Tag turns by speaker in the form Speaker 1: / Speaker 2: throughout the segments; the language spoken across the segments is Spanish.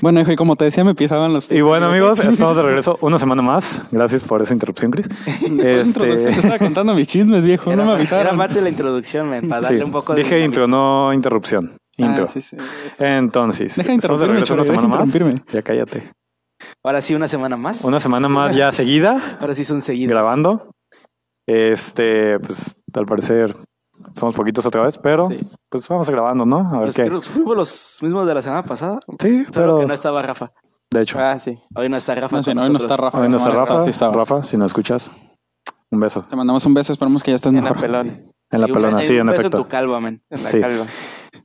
Speaker 1: Bueno, hijo, y como te decía, me pisaban los
Speaker 2: Y bueno, amigos, estamos de regreso una semana más. Gracias por esa interrupción, Chris.
Speaker 1: Fue
Speaker 2: este,
Speaker 1: introducción, Te estaba contando mis chismes, viejo.
Speaker 3: Era,
Speaker 1: no me
Speaker 3: era
Speaker 1: avisaron.
Speaker 3: parte de la introducción, men, para darle
Speaker 2: sí.
Speaker 3: un poco de.
Speaker 2: Dije intro,
Speaker 3: dinamismo.
Speaker 2: no interrupción. Intro.
Speaker 1: Ah, sí, sí, sí.
Speaker 2: Entonces,
Speaker 1: Deja de
Speaker 2: estamos de
Speaker 1: interrumpirme,
Speaker 2: regreso
Speaker 1: Chori,
Speaker 2: una
Speaker 1: deja
Speaker 2: semana más.
Speaker 1: de interrumpirme.
Speaker 2: Ya cállate.
Speaker 3: Ahora sí, una semana más.
Speaker 2: Una semana más ya seguida,
Speaker 3: Ahora sí son seguidos.
Speaker 2: grabando. Este, pues al parecer somos poquitos otra vez, pero
Speaker 3: Sí.
Speaker 2: pues vamos grabando, ¿no? A ver
Speaker 3: Los,
Speaker 2: qué.
Speaker 3: creo que fuimos los mismos de la semana pasada.
Speaker 2: Sí,
Speaker 3: Solo
Speaker 2: pero
Speaker 3: que no estaba Rafa.
Speaker 2: de hecho,
Speaker 4: Ah, sí.
Speaker 3: Hoy no está Rafa.
Speaker 1: Más
Speaker 3: con
Speaker 1: bien, hoy no está
Speaker 3: nosotros.
Speaker 1: Rafa.
Speaker 2: hoy
Speaker 1: la
Speaker 2: no está
Speaker 1: semana
Speaker 2: Rafa.
Speaker 1: pasada sí estaba.
Speaker 2: Rafa, si nos escuchas, un beso
Speaker 1: Te mandamos un beso, esperamos que ya estés
Speaker 4: En la
Speaker 1: mejor.
Speaker 4: pelón.
Speaker 2: en la
Speaker 3: Y un-
Speaker 2: pelona, sí,
Speaker 3: y un
Speaker 2: en
Speaker 3: beso
Speaker 2: efecto.
Speaker 3: en tu calva, men.
Speaker 4: En la
Speaker 2: Sí.
Speaker 4: calva.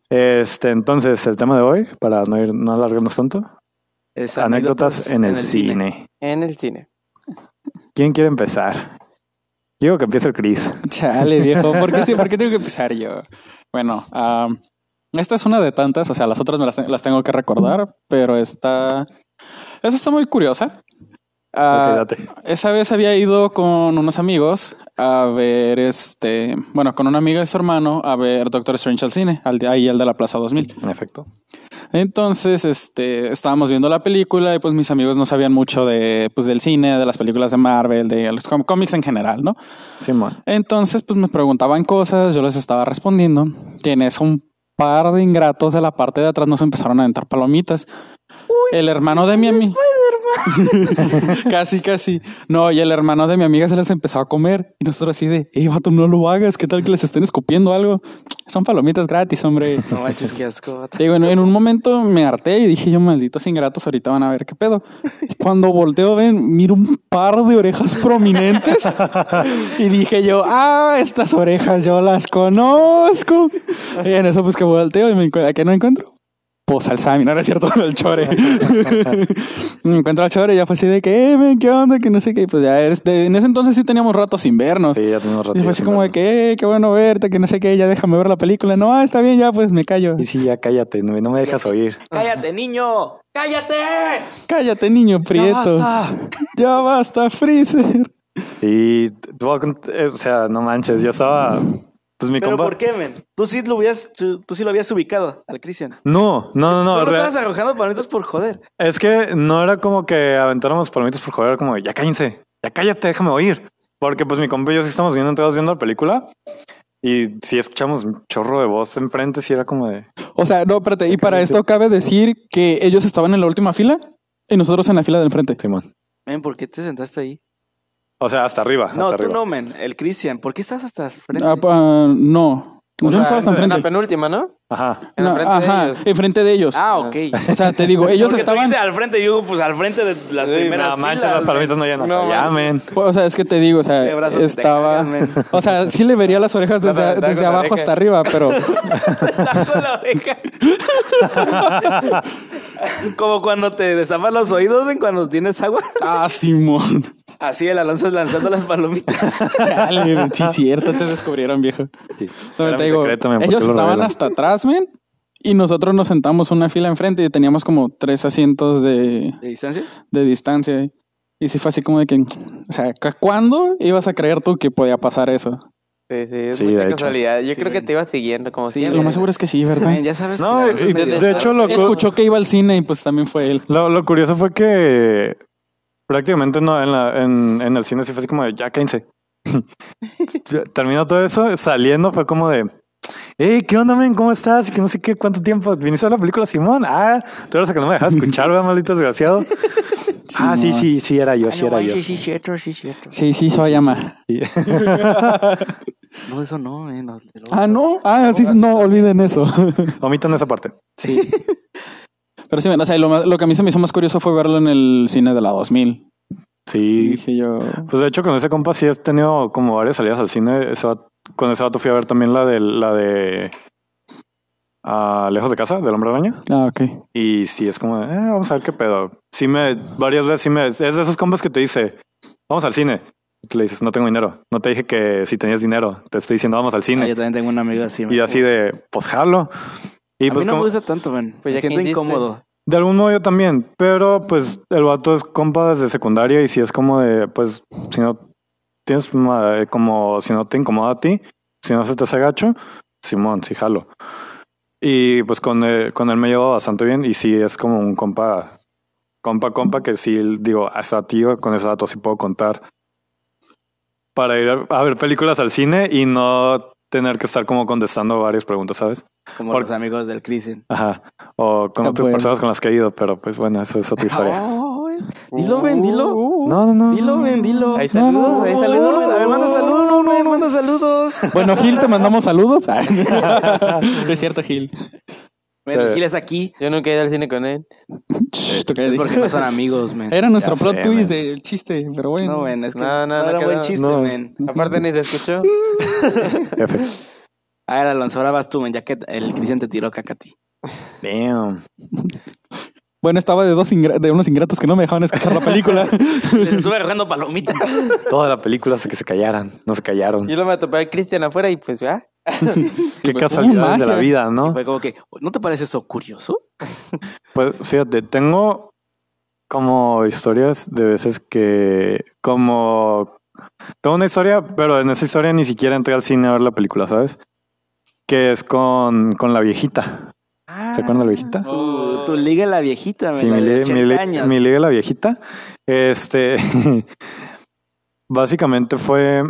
Speaker 2: Este, entonces, el tema de hoy, para no ir, no alargarnos tanto,
Speaker 3: Es
Speaker 2: anécdotas en, el, cine.
Speaker 4: En el cine.
Speaker 2: ¿Quién quiere empezar? Digo que empiece el Chris.
Speaker 1: Chale, viejo. ¿Por qué, sí- por qué tengo que empezar yo? Bueno, am, esta es una de tantas. O sea, las otras me las, te- las tengo que recordar, pero esta. Esta está muy curiosa. Ah,
Speaker 2: Ok, date.
Speaker 1: esa vez había ido con unos amigos a ver este. Bueno, con una amiga y su hermano a ver Doctor Strange al cine, al de ahí, al de la Plaza 2000.
Speaker 2: En efecto.
Speaker 1: Entonces, este, estábamos viendo la película y pues mis amigos no sabían mucho de, pues, del cine, de las películas de Marvel, de los com- cómics en general, ¿no?
Speaker 2: Simón.
Speaker 1: Entonces, pues me preguntaban cosas, yo les estaba respondiendo. Tienes un par de ingratos de la parte de atrás, nos empezaron a aventar palomitas. el hermano de mi amiga. casi, casi. No, y el hermano de mi amiga se las empezó a comer. Y nosotros así de, ey, vato, no lo hagas. ¿Qué tal que les estén escupiendo algo? Son palomitas gratis, hombre.
Speaker 3: No manches, qué asco. vato.
Speaker 1: Te Digo, en, en un momento me harté y dije yo, malditos ingratos, ahorita van a ver qué pedo. Y cuando volteo, ven, miro un par de orejas prominentes y dije yo, ah, estas orejas yo las conozco. Y en eso pues que volteo y me encuentro, ¿a qué no encuentro? Pues al Sammy, no era cierto, al Chore. me encuentro al Chore y ya fue así de que, eh, men, ¿qué onda? Que no sé qué. Y Pues ya, este, en ese entonces sí teníamos ratos sin vernos.
Speaker 2: Sí, ya tenemos
Speaker 1: Y
Speaker 2: ratito.
Speaker 1: fue así como de que, eh, qué bueno verte, que no sé qué, ya déjame ver la película. No, ah, está bien, ya pues me callo.
Speaker 2: Y sí, ya cállate, no, no me dejas oír.
Speaker 3: ¡Cállate, niño! ¡Cállate!
Speaker 1: Cállate, niño prieto. Ya basta, Freezer.
Speaker 2: Y, te voy a cont- eh, o sea, no manches, yo estaba... Pues mi
Speaker 3: ¿Pero
Speaker 2: compa...
Speaker 3: por qué, men? Tú sí lo habías, tú, tú sí lo habías ubicado al Cristian.
Speaker 2: No, no, no, no.
Speaker 3: Solo
Speaker 2: re-
Speaker 3: estabas arrojando palomitas por joder.
Speaker 2: Es que no era como que aventáramos palomitas por joder, como ya cállense, ya cállate, déjame oír. Porque pues mi compa y yo sí estamos viendo todos viendo la película y si escuchamos un chorro de voz enfrente, sí era como de...
Speaker 1: O sea, no, espérate. Y para esto cabe decir que ellos estaban en la última fila y nosotros en la fila del frente.
Speaker 2: Simón.
Speaker 3: Men, ¿por qué te sentaste ahí?
Speaker 2: O sea, hasta arriba,
Speaker 3: No,
Speaker 2: hasta
Speaker 3: tú
Speaker 2: arriba.
Speaker 3: no, men. El Cristian. ¿Por qué estás hasta frente?
Speaker 1: Ah, pa- no. Yo no
Speaker 4: O
Speaker 1: estaba
Speaker 4: sea,
Speaker 1: hasta
Speaker 4: en la
Speaker 1: enfrente.
Speaker 4: penúltima, ¿no?
Speaker 2: Ajá.
Speaker 4: en la
Speaker 1: No,
Speaker 4: frente de
Speaker 1: ajá,
Speaker 4: ellos.
Speaker 1: enfrente de ellos.
Speaker 3: Ah, ok.
Speaker 1: O sea, te digo, ellos
Speaker 3: Porque tú
Speaker 1: estaban.
Speaker 3: dijiste al frente y yo, pues al frente de las
Speaker 4: Sí,
Speaker 3: primeras
Speaker 2: La mancha
Speaker 3: filas,
Speaker 2: las palomitas
Speaker 3: men.
Speaker 2: no llenan.
Speaker 4: No,
Speaker 2: ya,
Speaker 4: man.
Speaker 2: men.
Speaker 1: O sea, es que te digo, o sea,
Speaker 3: Qué abrazo que te
Speaker 1: estaba.
Speaker 3: cargas, men.
Speaker 1: O sea, sí le vería las orejas
Speaker 4: Vas a
Speaker 1: desde,
Speaker 4: aventar
Speaker 1: desde
Speaker 4: con la
Speaker 1: abajo
Speaker 4: oreja.
Speaker 1: hasta arriba, pero.
Speaker 3: Con la oreja. Como cuando te destapas los oídos, ven, cuando tienes agua.
Speaker 1: Ah, Simón.
Speaker 3: Así el Alonso lanzando las palomitas.
Speaker 1: Chale, men, sí, cierto, te descubrieron, viejo. No,
Speaker 2: Era
Speaker 1: te
Speaker 2: mi
Speaker 1: digo,
Speaker 2: secreto, men, ¿por qué
Speaker 1: ellos
Speaker 2: lo
Speaker 1: estaban
Speaker 2: revelan?
Speaker 1: hasta atrás, men. Y nosotros nos sentamos una fila enfrente y teníamos como tres asientos de,
Speaker 3: ¿De distancia?
Speaker 1: de distancia. Y sí fue así como de que, o sea, ¿cu- ¿cuándo ibas a creer tú que podía pasar eso?
Speaker 4: Sí, sí, es
Speaker 2: Sí, de
Speaker 4: mucha
Speaker 2: hecho.
Speaker 4: casualidad. Yo
Speaker 3: Sí,
Speaker 4: creo que
Speaker 3: güey.
Speaker 4: te iba siguiendo, como
Speaker 3: Sí,
Speaker 4: siempre.
Speaker 1: Lo más seguro es que sí,
Speaker 3: Men,
Speaker 1: ¿verdad?
Speaker 3: ya sabes
Speaker 2: No,
Speaker 3: que
Speaker 2: y,
Speaker 3: el
Speaker 2: y
Speaker 3: Alonso medio-
Speaker 2: de hecho lo, cu-
Speaker 1: Escuchó que iba al cine y pues también fue él.
Speaker 2: lo, lo curioso fue que prácticamente no en, la, en, en el cine sí fue así como de ya cállense. Ya, Terminó todo eso, saliendo fue como de... Hey, ¿qué onda, men? ¿Cómo estás? Y Que no sé qué, cuánto tiempo. ¿Viniste a ver la película, Simón? Ah, tú eras el que no me dejaba escuchar, ¿verdad, maldito desgraciado? ah, sí,
Speaker 1: Simón.
Speaker 2: sí, sí, era yo, sí era yo.
Speaker 3: sí, cierto, sí, cierto.
Speaker 1: Sí, sí, soy ama.
Speaker 2: Sí.
Speaker 3: No, eso no, eh. no, de lo-
Speaker 1: Ah, no, ah, sí, no, olviden eso.
Speaker 2: Omitan esa parte.
Speaker 1: Sí. Pero sí, men, o sea, y lo, más- lo que a mí se me hizo más curioso fue verlo en el cine de la 2000. Y
Speaker 2: Sí,
Speaker 1: dije yo,
Speaker 2: Pues de hecho con ese compa sí he tenido como varias salidas al cine. Ese vato- con ese vato fui a ver también la de la de ah, Lejos de casa, del hombre araña.
Speaker 1: ah, ok.
Speaker 2: Y sí es como, eh, vamos a ver qué pedo. Sí me, varias veces sí me, es de esos compas que te dice, vamos al cine. Y tú le dices, no tengo dinero. No te dije que si tenías dinero, te estoy diciendo vamos al
Speaker 3: Ah,
Speaker 2: cine.
Speaker 3: yo también tengo un amigo así. men.
Speaker 2: y así de, pues jalo. Y
Speaker 3: a
Speaker 2: pues
Speaker 3: mí no
Speaker 2: como-
Speaker 3: me gusta tanto, men. me
Speaker 4: Pues ya que
Speaker 3: siento
Speaker 4: insiste.
Speaker 3: incómodo.
Speaker 2: de algún modo yo también, pero pues el vato es compa desde secundaria y si es como de, pues si no tienes ma- eh, como, si no te incomoda a ti, si no se te hace gacho, Simón, sí jalo. Y pues con, eh, con él me llevo bastante bien y sí es como un compa, compa, compa, que sí digo, hasta tío, con ese dato sí puedo contar para ir a, a ver películas al cine y no tener que estar como contestando varias preguntas, ¿sabes?
Speaker 3: Como
Speaker 2: Por-
Speaker 3: los amigos del eh. Crisen.
Speaker 2: Ajá. O con
Speaker 1: Ah,
Speaker 2: otras
Speaker 1: bueno.
Speaker 2: personas con las que he ido, pero pues bueno, eso es otra historia.
Speaker 3: dilo, ven, dilo.
Speaker 2: No, no, no.
Speaker 3: Dilo, ven, dilo.
Speaker 4: Ahí
Speaker 3: oh,
Speaker 4: saludos, ahí saludos.
Speaker 3: A ver, manda saludos, ven, manda saludos.
Speaker 1: Bueno, Gil, te mandamos saludos. no es cierto, Gil.
Speaker 3: Ven,
Speaker 2: Eh.
Speaker 3: Gil es aquí.
Speaker 4: Yo nunca he ido al cine con él.
Speaker 1: Shh, tú qué
Speaker 3: Es porque
Speaker 1: dijiste.
Speaker 3: no son amigos, men.
Speaker 1: Era nuestro
Speaker 2: Ya sé,
Speaker 1: plot twist
Speaker 2: men.
Speaker 1: del chiste, pero bueno.
Speaker 3: No, men, es que no,
Speaker 4: No, no, no
Speaker 3: era buen
Speaker 4: quedó-
Speaker 3: chiste,
Speaker 2: no.
Speaker 3: men.
Speaker 4: Aparte ni te escuchó.
Speaker 2: F.
Speaker 3: A ver, Alonso, ahora vas tú, men, ya que el Crisen te tiró caca a ti.
Speaker 2: Damn.
Speaker 1: Bueno, estaba de dos ingra- de unos ingratos que no me dejaban escuchar la película.
Speaker 3: Les estuve arrojando palomitas.
Speaker 2: Toda la película hasta que se callaran. No se callaron.
Speaker 4: Yo lo me topé a Cristian afuera y pues, ah,
Speaker 2: Qué
Speaker 1: pues,
Speaker 2: casualidades
Speaker 1: magia.
Speaker 2: de la vida, ¿no?
Speaker 3: Fue como que, ¿no te parece eso curioso?
Speaker 2: Pues fíjate, tengo como historias de veces que como tengo una historia, pero en esa historia ni siquiera entré al cine a ver la película, ¿sabes? Que es con, con la viejita. ¿Se acuerdan de la viejita?
Speaker 3: Tu, tu liga la viejita, men.
Speaker 2: Sí,
Speaker 3: la
Speaker 2: mi,
Speaker 3: de
Speaker 2: liga- mi
Speaker 3: 80
Speaker 2: liga-
Speaker 3: años.
Speaker 2: mi liga la viejita. Este básicamente fue,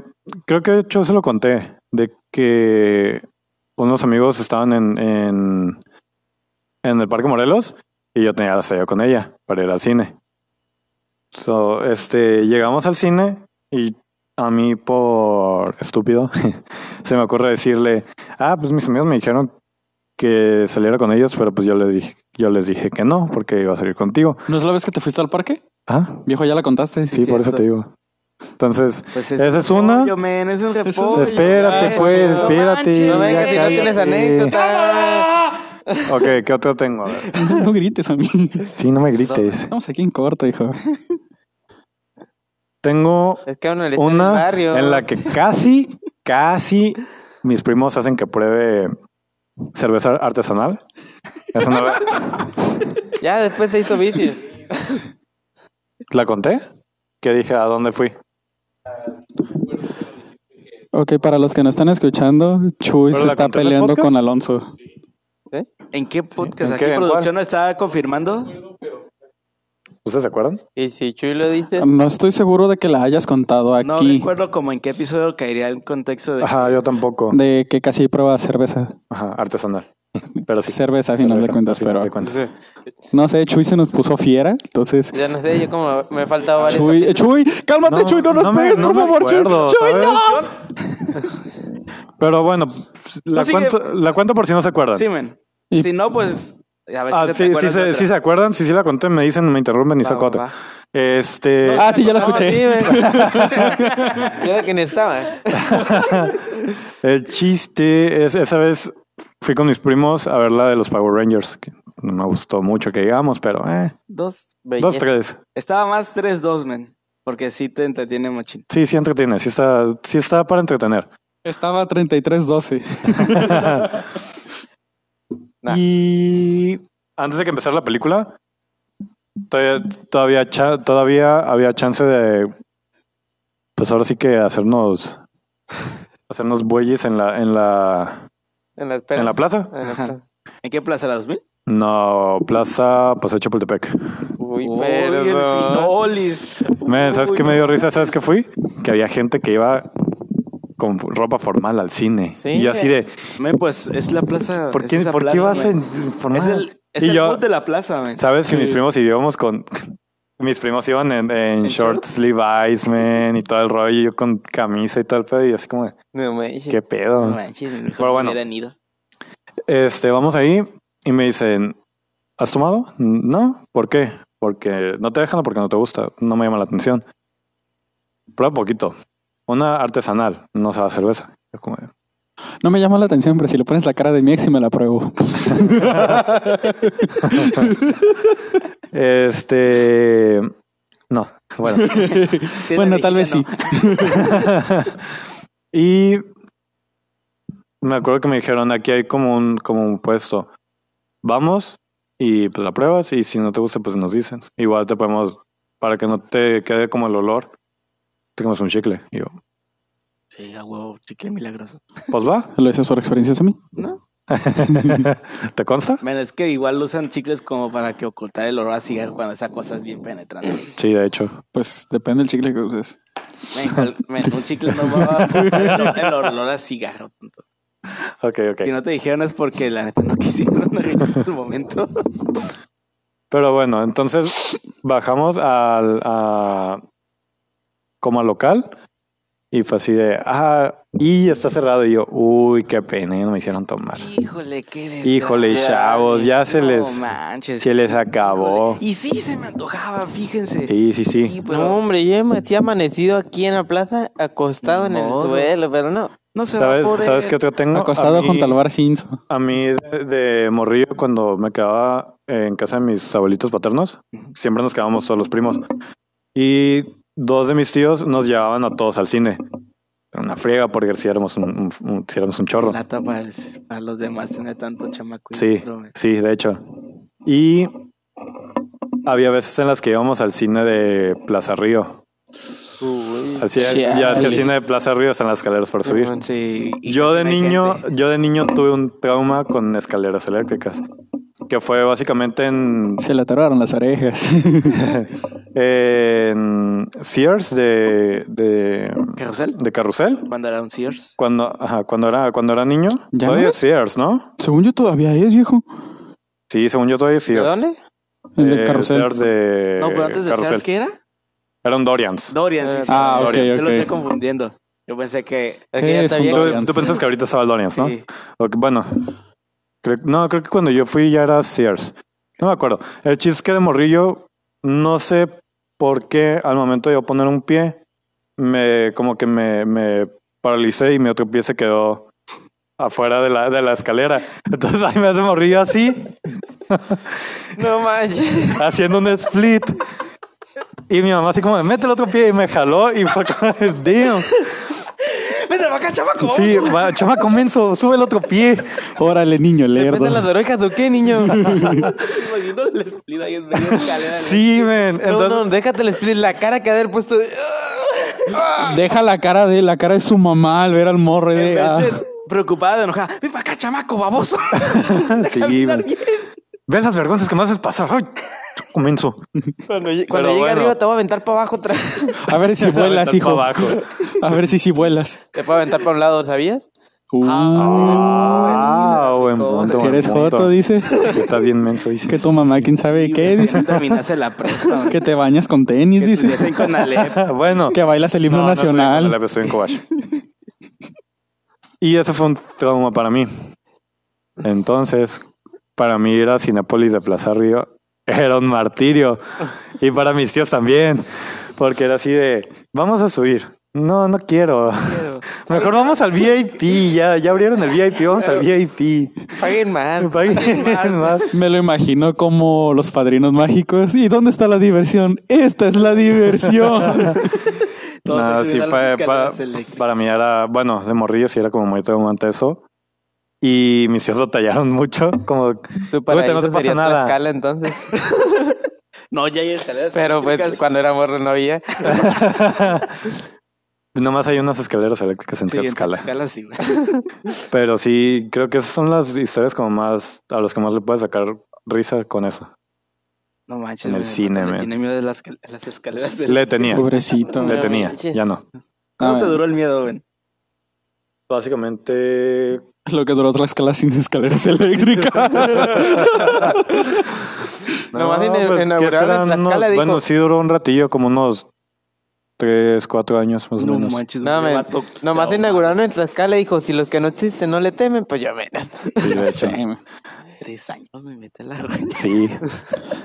Speaker 2: creo que de hecho se lo conté, de que unos amigos estaban en, en, en el Parque Morelos y yo tenía la salida con ella para ir al cine. So, este, llegamos al cine y a mí por estúpido se me ocurre decirle, ah, pues mis amigos me dijeron que saliera con ellos, pero pues yo les dije, yo les dije que no, porque iba a salir contigo.
Speaker 1: ¿No es la vez que te fuiste al parque?
Speaker 2: Ah,
Speaker 1: Viejo, ya la contaste.
Speaker 2: sí, por eso
Speaker 3: cierto.
Speaker 2: te digo. Entonces,
Speaker 3: Pues
Speaker 2: Esa es una.
Speaker 3: repollo, men, es un
Speaker 1: es-
Speaker 3: repollo.
Speaker 2: espérate,
Speaker 3: men.
Speaker 2: pues,
Speaker 3: No
Speaker 2: espérate.
Speaker 3: manches,
Speaker 4: no vengas
Speaker 2: ya
Speaker 4: si no
Speaker 2: cállate.
Speaker 4: tienes anécdota.
Speaker 2: ok, ¿qué otro tengo? A ver.
Speaker 1: No grites a mí.
Speaker 2: Sí, no me grites.
Speaker 1: Estamos aquí en corto, hijo.
Speaker 2: Tengo
Speaker 4: Es que a uno le está en el
Speaker 2: una
Speaker 4: barrio.
Speaker 2: en la que casi, casi mis primos hacen que pruebe cerveza artesanal. Es una vez-
Speaker 4: Ya después se hizo bici.
Speaker 2: ¿La conté? Que dije, ¿a dónde fui?
Speaker 1: Ok, para los que no están escuchando, Chuy
Speaker 2: ¿Pero
Speaker 1: se
Speaker 2: la
Speaker 1: está
Speaker 2: conté en el
Speaker 1: peleando
Speaker 2: podcast?
Speaker 1: con Alonso.
Speaker 3: ¿En qué podcast?
Speaker 2: ¿En
Speaker 3: ¿Aquí
Speaker 2: qué? ¿En
Speaker 3: producción no está confirmando?
Speaker 2: ¿Ustedes se acuerdan?
Speaker 4: Y si Chuy lo dice,
Speaker 1: No estoy seguro de que la hayas contado
Speaker 3: No
Speaker 1: aquí,
Speaker 3: recuerdo como en qué episodio caería el contexto de...
Speaker 2: Ajá, yo tampoco.
Speaker 1: de que casi prueba cerveza.
Speaker 2: Ajá, artesanal. Pero sí.
Speaker 1: cerveza, a final
Speaker 2: cerveza,
Speaker 1: de cuentas,
Speaker 2: a final
Speaker 1: pero
Speaker 2: de cuentas.
Speaker 1: no sé, Chuy se nos puso fiera, entonces...
Speaker 4: ya no sé, yo como me he faltado varios.
Speaker 1: Chuy, eh, Chuy, cálmate,
Speaker 2: No,
Speaker 1: Chuy, no nos
Speaker 2: no me-
Speaker 1: pegues,
Speaker 2: no
Speaker 1: por
Speaker 2: me
Speaker 1: favor, Chuy.
Speaker 2: acuerdo,
Speaker 1: Chuy,
Speaker 2: ¿sabes?
Speaker 1: no.
Speaker 2: Pero bueno, la
Speaker 3: sigue.
Speaker 2: cuento, la cuento por si no se acuerdan.
Speaker 3: Sí, men.
Speaker 1: Y-
Speaker 3: Si no, pues... A ver,
Speaker 2: Ah,
Speaker 3: si te
Speaker 2: sí, sí,
Speaker 3: acuerdas de
Speaker 2: se,
Speaker 3: otra.
Speaker 2: sí se acuerdan, si sí la conté, me dicen, me interrumpen y
Speaker 3: Va,
Speaker 2: saco
Speaker 3: va,
Speaker 2: otra.
Speaker 3: va.
Speaker 2: Este,
Speaker 1: Ah, sí, ya la
Speaker 4: No, sí,
Speaker 1: escuché.
Speaker 4: güey. yo de que ni estaba.
Speaker 2: el chiste es, esa vez fui con mis primos a ver la de los Power Rangers, que no me gustó mucho que digamos, pero eh,
Speaker 3: Dos.
Speaker 2: dos, tres.
Speaker 3: Estaba más 3-2, men. Porque sí te entretiene machín.
Speaker 2: Sí, sí entretiene, sí está, sí está para entretener.
Speaker 1: Estaba 33-12.
Speaker 4: Nah.
Speaker 2: Y antes de que empezara la película, todavía, todavía, cha- todavía había chance de, pues ahora sí que hacernos, hacernos bueyes en la, en la,
Speaker 4: En la espera.
Speaker 2: en la plaza.
Speaker 4: En la plaza.
Speaker 3: ¿En qué plaza? ¿La 2000?
Speaker 2: No, Plaza Paseo Chapultepec.
Speaker 4: Uy,
Speaker 3: Uy, el
Speaker 4: perdón.
Speaker 3: Finolis.
Speaker 2: Men, ¿Sabes
Speaker 3: Uy,
Speaker 2: qué me dio risa? ¿Sabes qué fui? Que había gente que iba con ropa formal al cine.
Speaker 4: Sí.
Speaker 2: Y yo así de,
Speaker 3: Men, pues es la plaza...
Speaker 2: ¿por
Speaker 3: es
Speaker 2: qué,
Speaker 3: esa
Speaker 2: ¿por qué
Speaker 3: plaza,
Speaker 2: vas
Speaker 3: men.
Speaker 2: en formal?
Speaker 3: Es el, es
Speaker 2: Y
Speaker 3: el
Speaker 2: yo-
Speaker 3: mood de la plaza, men.
Speaker 2: ¿Sabes? Si
Speaker 1: Sí.
Speaker 2: mis primos íbamos con... Mis primos iban en, en
Speaker 3: ¿En
Speaker 2: shorts, Levi's, men, y todo el rollo. y Yo con camisa y todo el pedo. Y así como,
Speaker 4: No me dije.
Speaker 2: ¿qué pedo?
Speaker 3: No manches, mejor
Speaker 2: Pero
Speaker 3: me
Speaker 2: bueno.
Speaker 3: hubieran ido.
Speaker 2: Este, vamos ahí. Y me dicen, ¿has tomado? No. ¿Por qué? Porque no te dejan o porque no te gusta. No me llama la atención. Prueba poquito. Una artesanal. No sabe a cerveza. Yo como,
Speaker 1: No me llama la atención, pero si le pones la cara de mi ex y me la pruebo.
Speaker 2: Este. No, bueno.
Speaker 3: Sí,
Speaker 1: bueno,
Speaker 3: la
Speaker 1: tal vez sí.
Speaker 3: viejita
Speaker 2: y me acuerdo que me dijeron: aquí hay como un, como un puesto. Vamos y pues la pruebas. Y si no te gusta, pues nos dicen. Igual te podemos, para que no te quede como el olor, te comes un chicle. Y yo,
Speaker 3: no. Sí, a huevo, chicle milagroso.
Speaker 2: pues va.
Speaker 1: ¿Lo dices por experiencia a mí?
Speaker 2: ¿Te consta?
Speaker 3: Bueno, es que igual usan chicles como para que ocultar el olor así cuando esa cosa es bien penetrante.
Speaker 2: Sí, de hecho.
Speaker 1: Pues depende del chicle que uses.
Speaker 3: Men, cual- men, un chicle no va a ocultar el olor a cigarro. tonto.
Speaker 2: Ok, ok.
Speaker 3: Si no te dijeron es porque la neta no quisieron en el momento.
Speaker 2: Pero bueno, entonces bajamos al a, como al local y fue así de, ah, y está cerrado. Y yo, uy, qué pena, ya no me hicieron tomar.
Speaker 3: Híjole, qué desgracia.
Speaker 2: Híjole, chavos, ya se
Speaker 3: No
Speaker 2: les-
Speaker 3: manches.
Speaker 2: Se les acabó.
Speaker 3: Híjole. Y sí se me antojaba, fíjense.
Speaker 2: Sí, sí,
Speaker 3: Sí,
Speaker 2: sí.
Speaker 3: pero
Speaker 4: No, hombre, yo me he amanecido aquí en la plaza, acostado en el
Speaker 3: Modo.
Speaker 4: suelo, pero no.
Speaker 3: no se va a
Speaker 2: ¿Sabes,
Speaker 3: poder.
Speaker 2: ¿sabes qué otro tengo?
Speaker 1: Acostado
Speaker 2: a mí,
Speaker 1: junto al bar Cinzo.
Speaker 2: A mí de, de morrillo, cuando me quedaba en casa de mis abuelitos paternos, siempre nos quedábamos todos los primos. Y dos de mis tíos nos llevaban a todos al cine. Era una friega porque si éramos un, un- un- sí éramos un chorro.
Speaker 3: Lata para, el- para los demás tener tanto chamaco. y
Speaker 2: Sí,
Speaker 3: otro, men.
Speaker 2: sí, de hecho. Y había veces en las que íbamos al cine de Plaza Río. Al cine- ya es que el
Speaker 4: Chale.
Speaker 2: cine de Plaza Río están las escaleras para subir.
Speaker 3: Sí, y
Speaker 2: Yo
Speaker 3: casi
Speaker 2: de
Speaker 3: no hay
Speaker 2: niño,
Speaker 3: gente.
Speaker 2: yo de niño tuve un trauma con escaleras eléctricas. Que fue básicamente en,
Speaker 1: Se le atoraron las orejas.
Speaker 2: en Sears de, de,
Speaker 3: ¿Carrusel?
Speaker 2: de Carrusel.
Speaker 3: Cuando era un Sears.
Speaker 2: Cuando, ajá, cuando era, cuando era niño.
Speaker 1: ¿Ya
Speaker 2: Todavía
Speaker 1: no?
Speaker 2: es Sears, ¿no?
Speaker 1: Según yo todavía es, viejo.
Speaker 2: Sí, según yo todavía es
Speaker 4: ¿De
Speaker 2: Sears.
Speaker 4: dónde?
Speaker 1: El del
Speaker 2: Eh,
Speaker 1: carrusel.
Speaker 2: Sears de
Speaker 3: No, pero antes de
Speaker 2: Eh, Carrusel.
Speaker 3: Sears, ¿qué era?
Speaker 2: Era un Dorians.
Speaker 3: Dorian. sí, sí,
Speaker 1: Ah,
Speaker 3: sí,
Speaker 1: ok,
Speaker 3: Dorian. Se lo
Speaker 1: ok.
Speaker 3: estoy confundiendo. Yo pensé que...
Speaker 4: Aquí
Speaker 1: ¿Qué
Speaker 4: ya
Speaker 1: es
Speaker 4: está
Speaker 1: un
Speaker 4: bien.
Speaker 1: Dorian?
Speaker 2: ¿Tú, tú pensabas que ahorita estaba el Dorians, ¿no?
Speaker 3: sí.
Speaker 2: Ok, bueno, creo- no, creo que cuando yo fui ya era Sears. No me acuerdo. El chiste es que de morrillo, no sé por qué al momento de yo poner un pie, me como que me, me paralicé y mi otro pie se quedó afuera de la, de la escalera. Entonces ahí me hace morrillo así,
Speaker 4: No manches.
Speaker 2: haciendo un split. Y mi mamá así como, mete el otro pie y me jaló y fue como, damn.
Speaker 3: ¡Vete para acá, chamaco!
Speaker 2: Sí, va, chama, comienzo, sube el otro pie.
Speaker 1: Órale, niño lerdo.
Speaker 4: Depende de las orejas o qué, niño.
Speaker 3: Me imagino el split ahí en medio de la escalera.
Speaker 2: Sí, men.
Speaker 4: No,
Speaker 2: Entonces,
Speaker 4: no, déjate el split, la cara que haber puesto.
Speaker 1: Deja la cara de la cara de su mamá al ver al morre
Speaker 3: En
Speaker 1: de.
Speaker 3: vez
Speaker 1: ah.
Speaker 3: de preocupada, de enojada. ¡Ven para acá, chamaco, baboso!
Speaker 2: Sí, men. Ve las vergüenzas que me haces pasar. Ay, comienzo.
Speaker 4: Cuando, lle-
Speaker 2: Pero
Speaker 4: cuando llegue
Speaker 2: bueno.
Speaker 4: arriba te voy a aventar para abajo otra vez.
Speaker 1: A ver si vuelas,
Speaker 2: Aventar
Speaker 1: hijo.
Speaker 2: pa' abajo.
Speaker 1: A ver si sí vuelas.
Speaker 4: Te puedo aventar para un lado, ¿sabías?
Speaker 1: Uh,
Speaker 2: Ah, buen punto.
Speaker 1: que
Speaker 2: buen
Speaker 1: eres
Speaker 2: punto.
Speaker 1: joto, dice.
Speaker 2: Que Estás bien menso, dice.
Speaker 1: Que tu mamá, quién sabe qué, dice.
Speaker 3: Terminaste la presa.
Speaker 1: Que te bañas con tenis,
Speaker 3: Que
Speaker 1: dice.
Speaker 3: estuviesen con Alep.
Speaker 2: Bueno.
Speaker 1: Que bailas el himno
Speaker 2: No, no soy
Speaker 1: nacional.
Speaker 2: Conalep, soy en Cobach. Y eso fue un trauma para mí. Entonces, para mí ir a Cinépolis de Plaza Río era un martirio. Y para mis tíos también. Porque era así de, vamos a subir. No, no quiero. Mejor vamos al VIP. Ya, ya abrieron el VIP, vamos al VIP.
Speaker 4: Paguen mal.
Speaker 2: Paguen más.
Speaker 1: Me lo imagino como los padrinos mágicos. ¿Y dónde está la diversión? Esta es la diversión.
Speaker 3: Todos
Speaker 2: No,
Speaker 3: se
Speaker 2: sí
Speaker 3: subieron
Speaker 2: fue
Speaker 3: a las
Speaker 2: para,
Speaker 3: escaleras eléctricas.
Speaker 2: para mí era, bueno, de morrillo sí era como muy traumante eso. Y mis tíos lo tallaron mucho, como
Speaker 4: Tú
Speaker 2: Súbete, no te
Speaker 4: paraíso
Speaker 2: pasa
Speaker 4: sería
Speaker 2: nada.
Speaker 4: Tlaxcala, entonces.
Speaker 3: No, ya hay escaleras
Speaker 4: Pero pues,
Speaker 3: eléctricas.
Speaker 4: cuando era morro no había.
Speaker 2: nomás hay unas escaleras elécticas en
Speaker 3: Sí, en
Speaker 2: Tlaxcala.
Speaker 3: Tlaxcala sí, güey.
Speaker 2: Pero sí, creo que esas son las historias como más, a las que más le puedes sacar risa con eso.
Speaker 3: No manches.
Speaker 2: En el
Speaker 3: güey,
Speaker 2: cine,
Speaker 3: le
Speaker 2: man.
Speaker 3: Tiene miedo de las, a las escaleras. eléctricas.
Speaker 2: Le tenía,
Speaker 1: Pobrecito. Ah,
Speaker 2: le tenía,
Speaker 4: manches.
Speaker 2: ya no.
Speaker 1: A
Speaker 3: ¿Cómo te
Speaker 1: ver,
Speaker 3: duró el miedo, güey?
Speaker 2: Básicamente,
Speaker 1: Lo que duró otra escala sin escaleras eléctricas.
Speaker 4: Nomás en-
Speaker 2: ¿qué
Speaker 4: inauguraron
Speaker 2: serán
Speaker 4: en Tlaxcala,
Speaker 2: pues, unos-
Speaker 4: dijo.
Speaker 2: Bueno, sí duró un ratillo, como unos tres, cuatro años más o
Speaker 3: No
Speaker 2: menos.
Speaker 3: manches,
Speaker 4: No,
Speaker 3: güey,
Speaker 4: men.
Speaker 3: vato.
Speaker 4: Nomás
Speaker 3: No,
Speaker 4: inauguraron en Tlaxcala dijo, si los que no existen no le temen, pues yo menos.
Speaker 2: Sí, de hecho.
Speaker 1: Sí, man.
Speaker 3: Tres años me mete la roña.
Speaker 2: sí,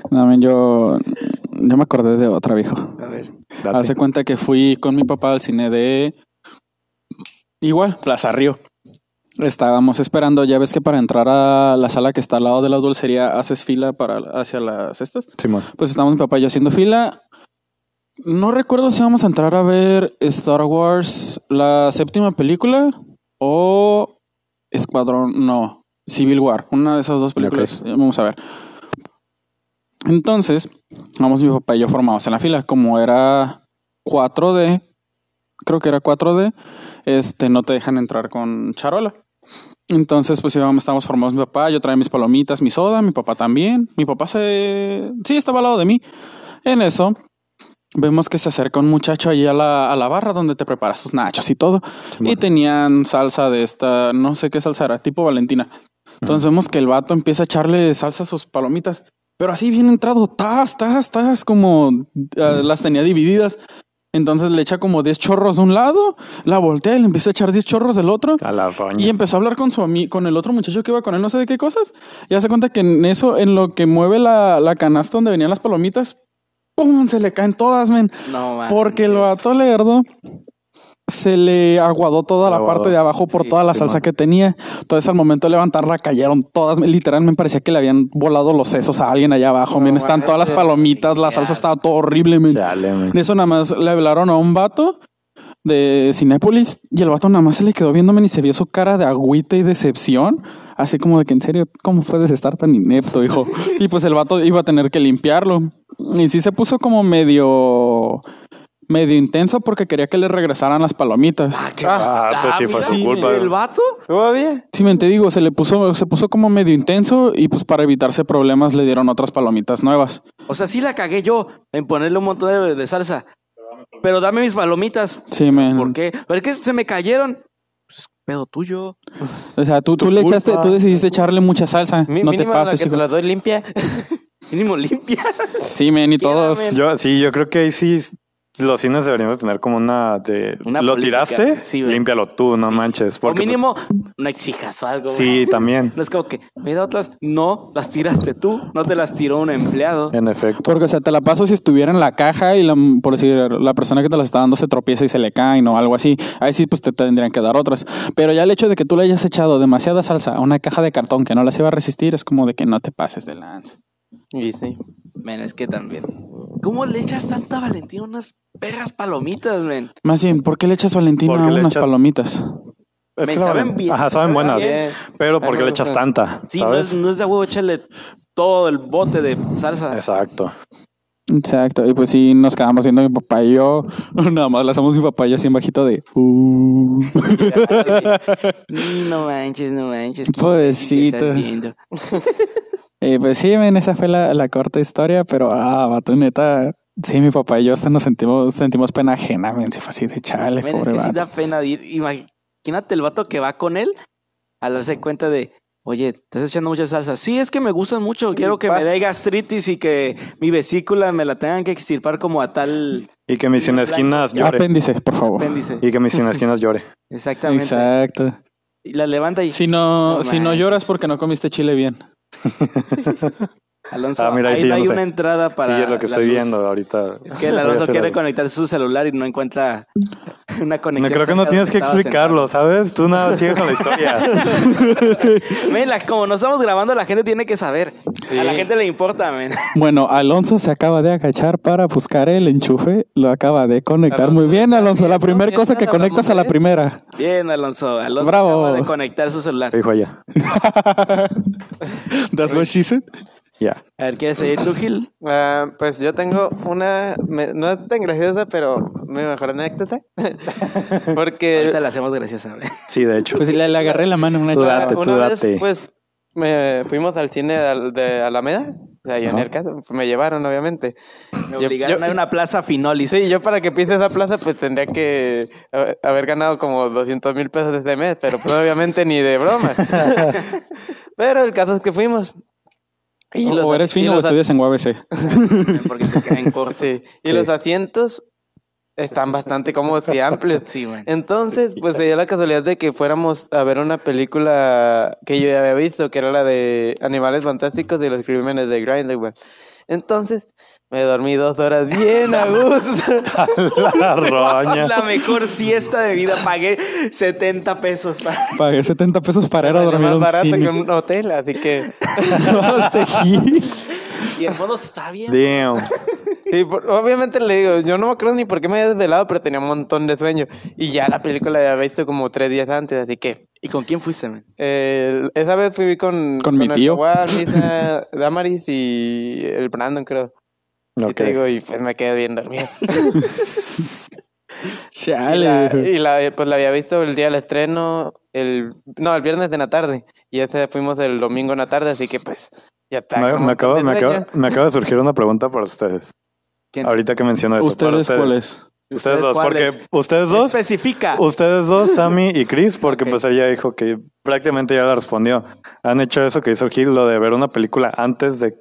Speaker 1: No, man, yo, yo me acordé de otra, viejo.
Speaker 3: A ver.
Speaker 2: date.
Speaker 1: Hace cuenta que fui con mi papá al cine de igual, Plaza Río. Estábamos esperando, ya ves que para entrar a la sala que está al lado de la dulcería haces fila para hacia las estas.
Speaker 2: Simón.
Speaker 1: Pues estábamos mi papá y yo haciendo fila. No recuerdo si vamos a entrar a ver Star Wars, la séptima película o Escuadrón, no, Civil War, una de esas dos películas. Vamos a ver. Entonces, vamos mi papá y yo formados en la fila. Como era 4D, creo que era 4D, este, no te dejan entrar con charola. Entonces, pues íbamos, estábamos formados mi papá, yo traía mis palomitas, mi soda, mi papá también. Mi papá se... Sí, estaba al lado de mí. En eso, vemos que se acerca un muchacho allí a la, a la barra donde te preparas tus nachos y todo.
Speaker 2: Simón.
Speaker 1: Y tenían salsa de esta, no sé qué salsa era, tipo Valentina. Entonces vemos que el vato empieza a echarle salsa a sus palomitas. Pero así bien entrado, tas, tas, tas, como ah, las tenía divididas. Entonces le echa como 10 chorros de un lado, la voltea y le empieza a echar 10 chorros del otro.
Speaker 2: A la
Speaker 1: Y
Speaker 2: roña.
Speaker 1: empezó a hablar con su ami- con el otro muchacho que iba con él, no sé de qué cosas. Y hace cuenta que en eso, en lo que mueve la, la canasta donde venían las palomitas, ¡pum! se le caen todas, men.
Speaker 3: No, man.
Speaker 1: Porque el vato lerdo se le aguadó toda la
Speaker 2: Aguadó.
Speaker 1: parte de abajo por
Speaker 3: Sí,
Speaker 1: toda la
Speaker 2: sí,
Speaker 1: salsa
Speaker 2: man.
Speaker 1: que tenía. Entonces, al momento de levantarla, cayeron todas. Literalmente parecía que le habían volado los sesos a alguien allá abajo.
Speaker 3: No
Speaker 1: men. Están todas las
Speaker 3: manches.
Speaker 1: palomitas, la
Speaker 3: Qué
Speaker 1: salsa
Speaker 3: asco.
Speaker 1: estaba todo horrible, men.
Speaker 2: Chale, men.
Speaker 1: De eso nada más le hablaron a un vato de Cinépolis y el vato nada más se le quedó viéndome y se vio su cara de agüita y decepción. Así como de que en serio, ¿cómo puedes estar tan inepto, hijo? Y pues el vato iba a tener que limpiarlo. Y sí se puso como medio, medio intenso porque quería que le regresaran las palomitas.
Speaker 2: Ah, pues sí, fue
Speaker 1: sí,
Speaker 2: su culpa.
Speaker 1: el
Speaker 3: vato?
Speaker 4: ¿Todavía?
Speaker 1: Sí, men, te digo, se le puso, se puso como medio intenso y pues para evitarse problemas le dieron otras palomitas nuevas.
Speaker 3: O sea, sí la cagué yo en ponerle un montón de, de salsa. Pero dame mis palomitas.
Speaker 1: Sí, men.
Speaker 3: ¿Por qué? Pero es que se me cayeron. Pues es pedo tuyo.
Speaker 1: O sea, tú,
Speaker 2: Es tu
Speaker 1: tú le
Speaker 2: culpa.
Speaker 1: echaste, tú decidiste echarle mucha salsa.
Speaker 4: Mi-
Speaker 1: no te
Speaker 4: mínima la
Speaker 1: pases,
Speaker 4: que
Speaker 1: hijo.
Speaker 4: te la doy limpia.
Speaker 3: Mínimo limpia.
Speaker 1: Sí, men, y todos.
Speaker 4: Quédame.
Speaker 2: Yo, sí, yo creo que ahí sí los cines deberían de tener como una de
Speaker 3: Una
Speaker 2: lo
Speaker 3: política,
Speaker 2: tiraste,
Speaker 3: sí, güey.
Speaker 2: límpialo tú, no manches.
Speaker 3: Por
Speaker 2: Porque pues,
Speaker 3: mínimo, no exijas algo. güey.
Speaker 2: sí, también,
Speaker 3: No es como que, mira otras. No, las tiraste tú. No te las tiró un empleado.
Speaker 2: en efecto.
Speaker 1: Porque, o sea, te la paso si estuviera en la caja y, la, por decir, la persona que te la está dando se tropieza y se le caen o algo así. Ahí sí, pues te tendrían que dar otras. Pero ya el hecho de que tú le hayas echado demasiada salsa a una caja de cartón que no las iba a resistir es como de que no te pases de lanza.
Speaker 4: Y sí.
Speaker 3: Men, es que también. ¿Cómo le echas tanta valentía a unas perras palomitas, men?
Speaker 1: Más bien, ¿por qué le echas Valentina
Speaker 2: ¿Por qué
Speaker 1: a
Speaker 2: le
Speaker 1: unas
Speaker 2: echas-
Speaker 1: palomitas?
Speaker 2: Es
Speaker 3: Me
Speaker 2: que la-
Speaker 3: saben bien.
Speaker 2: Ajá, saben buenas.
Speaker 4: Bien.
Speaker 2: Pero ¿por
Speaker 4: Ah,
Speaker 2: qué le
Speaker 4: no,
Speaker 2: echas
Speaker 4: no.
Speaker 2: tanta?
Speaker 3: Sí, no es,
Speaker 2: ¿Sabes?
Speaker 3: no es de huevo echarle todo el bote de salsa.
Speaker 2: Exacto.
Speaker 1: Exacto. Y pues sí, nos quedamos viendo mi papá y yo. Nada más le hacemos mi papá y yo así en bajito de. "Uh".
Speaker 3: Y No manches, no manches. ¿qué
Speaker 1: Pobrecito.
Speaker 3: estás viendo?
Speaker 1: Y pues sí, men, esa fue la, la corta historia, pero ah, vato, neta. Sí, mi papá y yo hasta nos sentimos, sentimos pena ajena, men. Si fue así de chale,
Speaker 3: Men, es
Speaker 1: pobre
Speaker 3: que sí
Speaker 1: vato.
Speaker 3: da pena. ir. Imagínate el vato que va con él al darse cuenta de, oye, te estás echando mucha salsa. Sí, es que me gustan mucho. Quiero que me
Speaker 4: pasa.
Speaker 3: dé gastritis y que mi vesícula me la tengan que extirpar como a tal
Speaker 2: Y que mis sin esquinas llore.
Speaker 1: Apéndice, por favor.
Speaker 3: apéndice.
Speaker 2: Y que mis sin esquinas llore.
Speaker 3: Exactamente.
Speaker 1: Exacto.
Speaker 3: Y la levanta y
Speaker 1: Si no,
Speaker 3: No
Speaker 1: si no
Speaker 3: manches.
Speaker 1: lloras porque no comiste chile bien.
Speaker 3: Alonso,
Speaker 2: Ah, mira, ahí
Speaker 3: ahí
Speaker 2: sí,
Speaker 3: no
Speaker 2: ya
Speaker 3: hay
Speaker 2: no sé.
Speaker 3: una entrada para.
Speaker 2: sí, es lo que
Speaker 3: la
Speaker 2: estoy
Speaker 3: luz.
Speaker 2: viendo ahorita.
Speaker 3: Es que el
Speaker 2: Voy a
Speaker 3: Alonso
Speaker 2: hacer
Speaker 3: quiere
Speaker 2: algo.
Speaker 3: conectar su celular y no encuentra una
Speaker 2: No,
Speaker 3: conexión.
Speaker 2: creo que no
Speaker 3: cerca
Speaker 2: tienes que
Speaker 3: donde estaba
Speaker 2: explicarlo, ¿sabes? Tú nada, sigue con la historia.
Speaker 3: sentado. Men, la- como no estamos grabando, la gente tiene que saber. A la gente le importa, men.
Speaker 1: Bueno, Alonso se acaba de agachar para buscar el enchufe. Lo acaba de conectar muy bien, Alonso. La primera cosa que conectas a la primera.
Speaker 3: Bien, Alonso. Alonso
Speaker 1: Bravo.
Speaker 3: acaba de conectar su celular.
Speaker 2: Dijo allá.
Speaker 1: That's what she said.
Speaker 2: Ya.
Speaker 3: A ver, ¿quieres seguir tú, Gil?
Speaker 4: Ah, pues yo tengo una, me- no es tan graciosa, pero mi mejor anécdota. Porque
Speaker 3: Ahorita la hacemos graciosa, men.
Speaker 2: Sí, de hecho.
Speaker 1: Pues le, le agarré la mano a una
Speaker 2: Tú
Speaker 1: chava.
Speaker 2: date, tú
Speaker 4: una vez,
Speaker 2: date.
Speaker 4: pues, me fuimos al cine de, Al- de Alameda, o sea, yo en
Speaker 2: Ajá.
Speaker 4: el caso, me llevaron, obviamente.
Speaker 3: Me
Speaker 4: Yo-
Speaker 3: obligaron
Speaker 4: yo-
Speaker 3: a una plaza
Speaker 4: Y
Speaker 3: finolis.
Speaker 4: sí, yo para que pise esa plaza, pues tendría que ha- haber ganado como 200 mil pesos este mes, pero pues, obviamente ni de broma. pero el caso es que fuimos. Y los-
Speaker 1: O eres
Speaker 4: y
Speaker 1: fino o
Speaker 4: los-
Speaker 1: estudias en UABC.
Speaker 3: men, Porque te caen corto.
Speaker 4: Sí, y
Speaker 2: Sí.
Speaker 4: los asientos están bastante cómodos y amplios.
Speaker 3: Sí, men.
Speaker 4: Entonces, pues se dio la casualidad de que fuéramos a ver una película que yo ya había visto, que era la de Animales Fantásticos y los Crímenes de Grindelwald. Entonces, me dormí dos horas bien a gusto.
Speaker 2: la roña.
Speaker 3: La mejor siesta de vida. Pagué 70 pesos para.
Speaker 1: Pagué 70 pesos para ir a dormir a
Speaker 4: más
Speaker 1: un
Speaker 4: barato
Speaker 1: cine.
Speaker 4: que un hotel, así que...
Speaker 1: Este gil.
Speaker 3: Y el fondo está bien.
Speaker 2: Damn.
Speaker 4: Y por- obviamente le digo, yo no me acuerdo ni por qué me había desvelado, pero tenía un montón de sueño. Y ya la película la había visto como tres días antes, así que...
Speaker 3: ¿Y con quién fuiste, men?
Speaker 4: Eh, esa vez fui con,
Speaker 1: Con mi
Speaker 4: el
Speaker 1: tío.
Speaker 4: Kawal, Lisa, Damaris y el Brandon, creo. Y
Speaker 2: Ok.
Speaker 4: te digo, y pues me quedé bien dormido. Y,
Speaker 1: Chale.
Speaker 4: la, y la- pues la había visto el día del estreno, el no, el viernes de la tarde. Y ese fuimos el domingo en la tarde, así que pues ya está.
Speaker 2: Me,
Speaker 4: como
Speaker 2: me acaba, me,
Speaker 4: pendeja.
Speaker 2: acaba, me acaba de surgir una pregunta para ustedes.
Speaker 3: ¿Quién?
Speaker 2: Ahorita que menciono eso. para
Speaker 1: ¿Ustedes cuáles?
Speaker 2: Ustedes
Speaker 3: ¿Ustedes
Speaker 2: dos, porque
Speaker 3: cuáles?
Speaker 2: ustedes dos,
Speaker 3: Especifica.
Speaker 2: ustedes dos, Sammy y Chris, porque
Speaker 3: Ok.
Speaker 2: pues ella dijo que prácticamente ya la respondió. ¿Han hecho eso que hizo Gil, lo de ver una película antes de,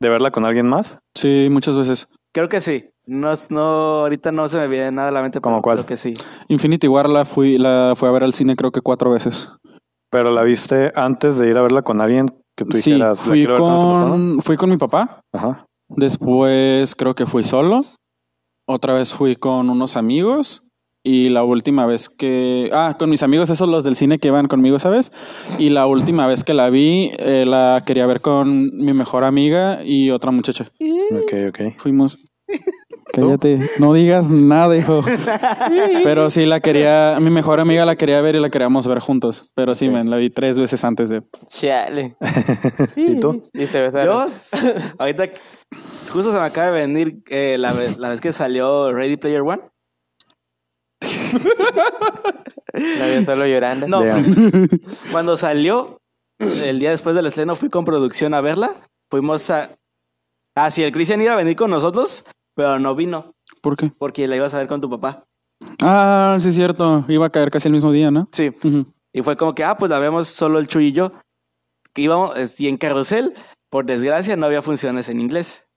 Speaker 2: de verla con alguien más?
Speaker 1: Sí, muchas veces.
Speaker 3: Creo que sí. No, es- no, ahorita no se me viene nada a la mente.
Speaker 2: ¿Cómo
Speaker 3: pero
Speaker 2: cuál?
Speaker 3: Creo que sí.
Speaker 1: Infinity War la fui, la fui a ver al cine creo que cuatro veces.
Speaker 2: Pero la viste antes de ir a verla con alguien que tú
Speaker 1: Sí,
Speaker 2: dijeras, la
Speaker 1: fui
Speaker 2: quiero ver con esa persona.
Speaker 1: con, fui con mi papá.
Speaker 2: Ajá.
Speaker 1: Después creo que fui solo. Otra vez fui con unos amigos. Y la última vez que... Ah, con mis amigos, esos los del cine que van conmigo, ¿sabes? Y la última vez que la vi, eh, la quería ver con mi mejor amiga y otra muchacha.
Speaker 2: Ok, ok.
Speaker 1: Fuimos... Cállate, no digas nada, hijo. Pero sí la quería, mi mejor amiga la quería ver y la queríamos ver juntos. Pero sí, men, la vi tres veces antes de...
Speaker 4: Chale.
Speaker 2: ¿Y tú?
Speaker 4: Y se besaron.
Speaker 3: Yo, ahorita, justo se me acaba de venir eh, la, ve- la vez que salió Ready Player One.
Speaker 4: La vi solo llorando.
Speaker 3: No,
Speaker 2: Damn.
Speaker 3: cuando salió, el día después del estreno fui con producción a verla. Fuimos a... Ah, sí, el Cristian iba a venir con nosotros, pero no vino,
Speaker 1: ¿Por qué?
Speaker 3: porque la ibas a ver con tu papá.
Speaker 1: Ah, sí es cierto. Iba a caer casi el mismo día, ¿no?
Speaker 3: Sí.
Speaker 1: Ujú.
Speaker 3: Y fue como que, ah, pues la vemos solo el Chuy y yo. Que íbamos, es- y en Carrusel, por desgracia, no había funciones en inglés.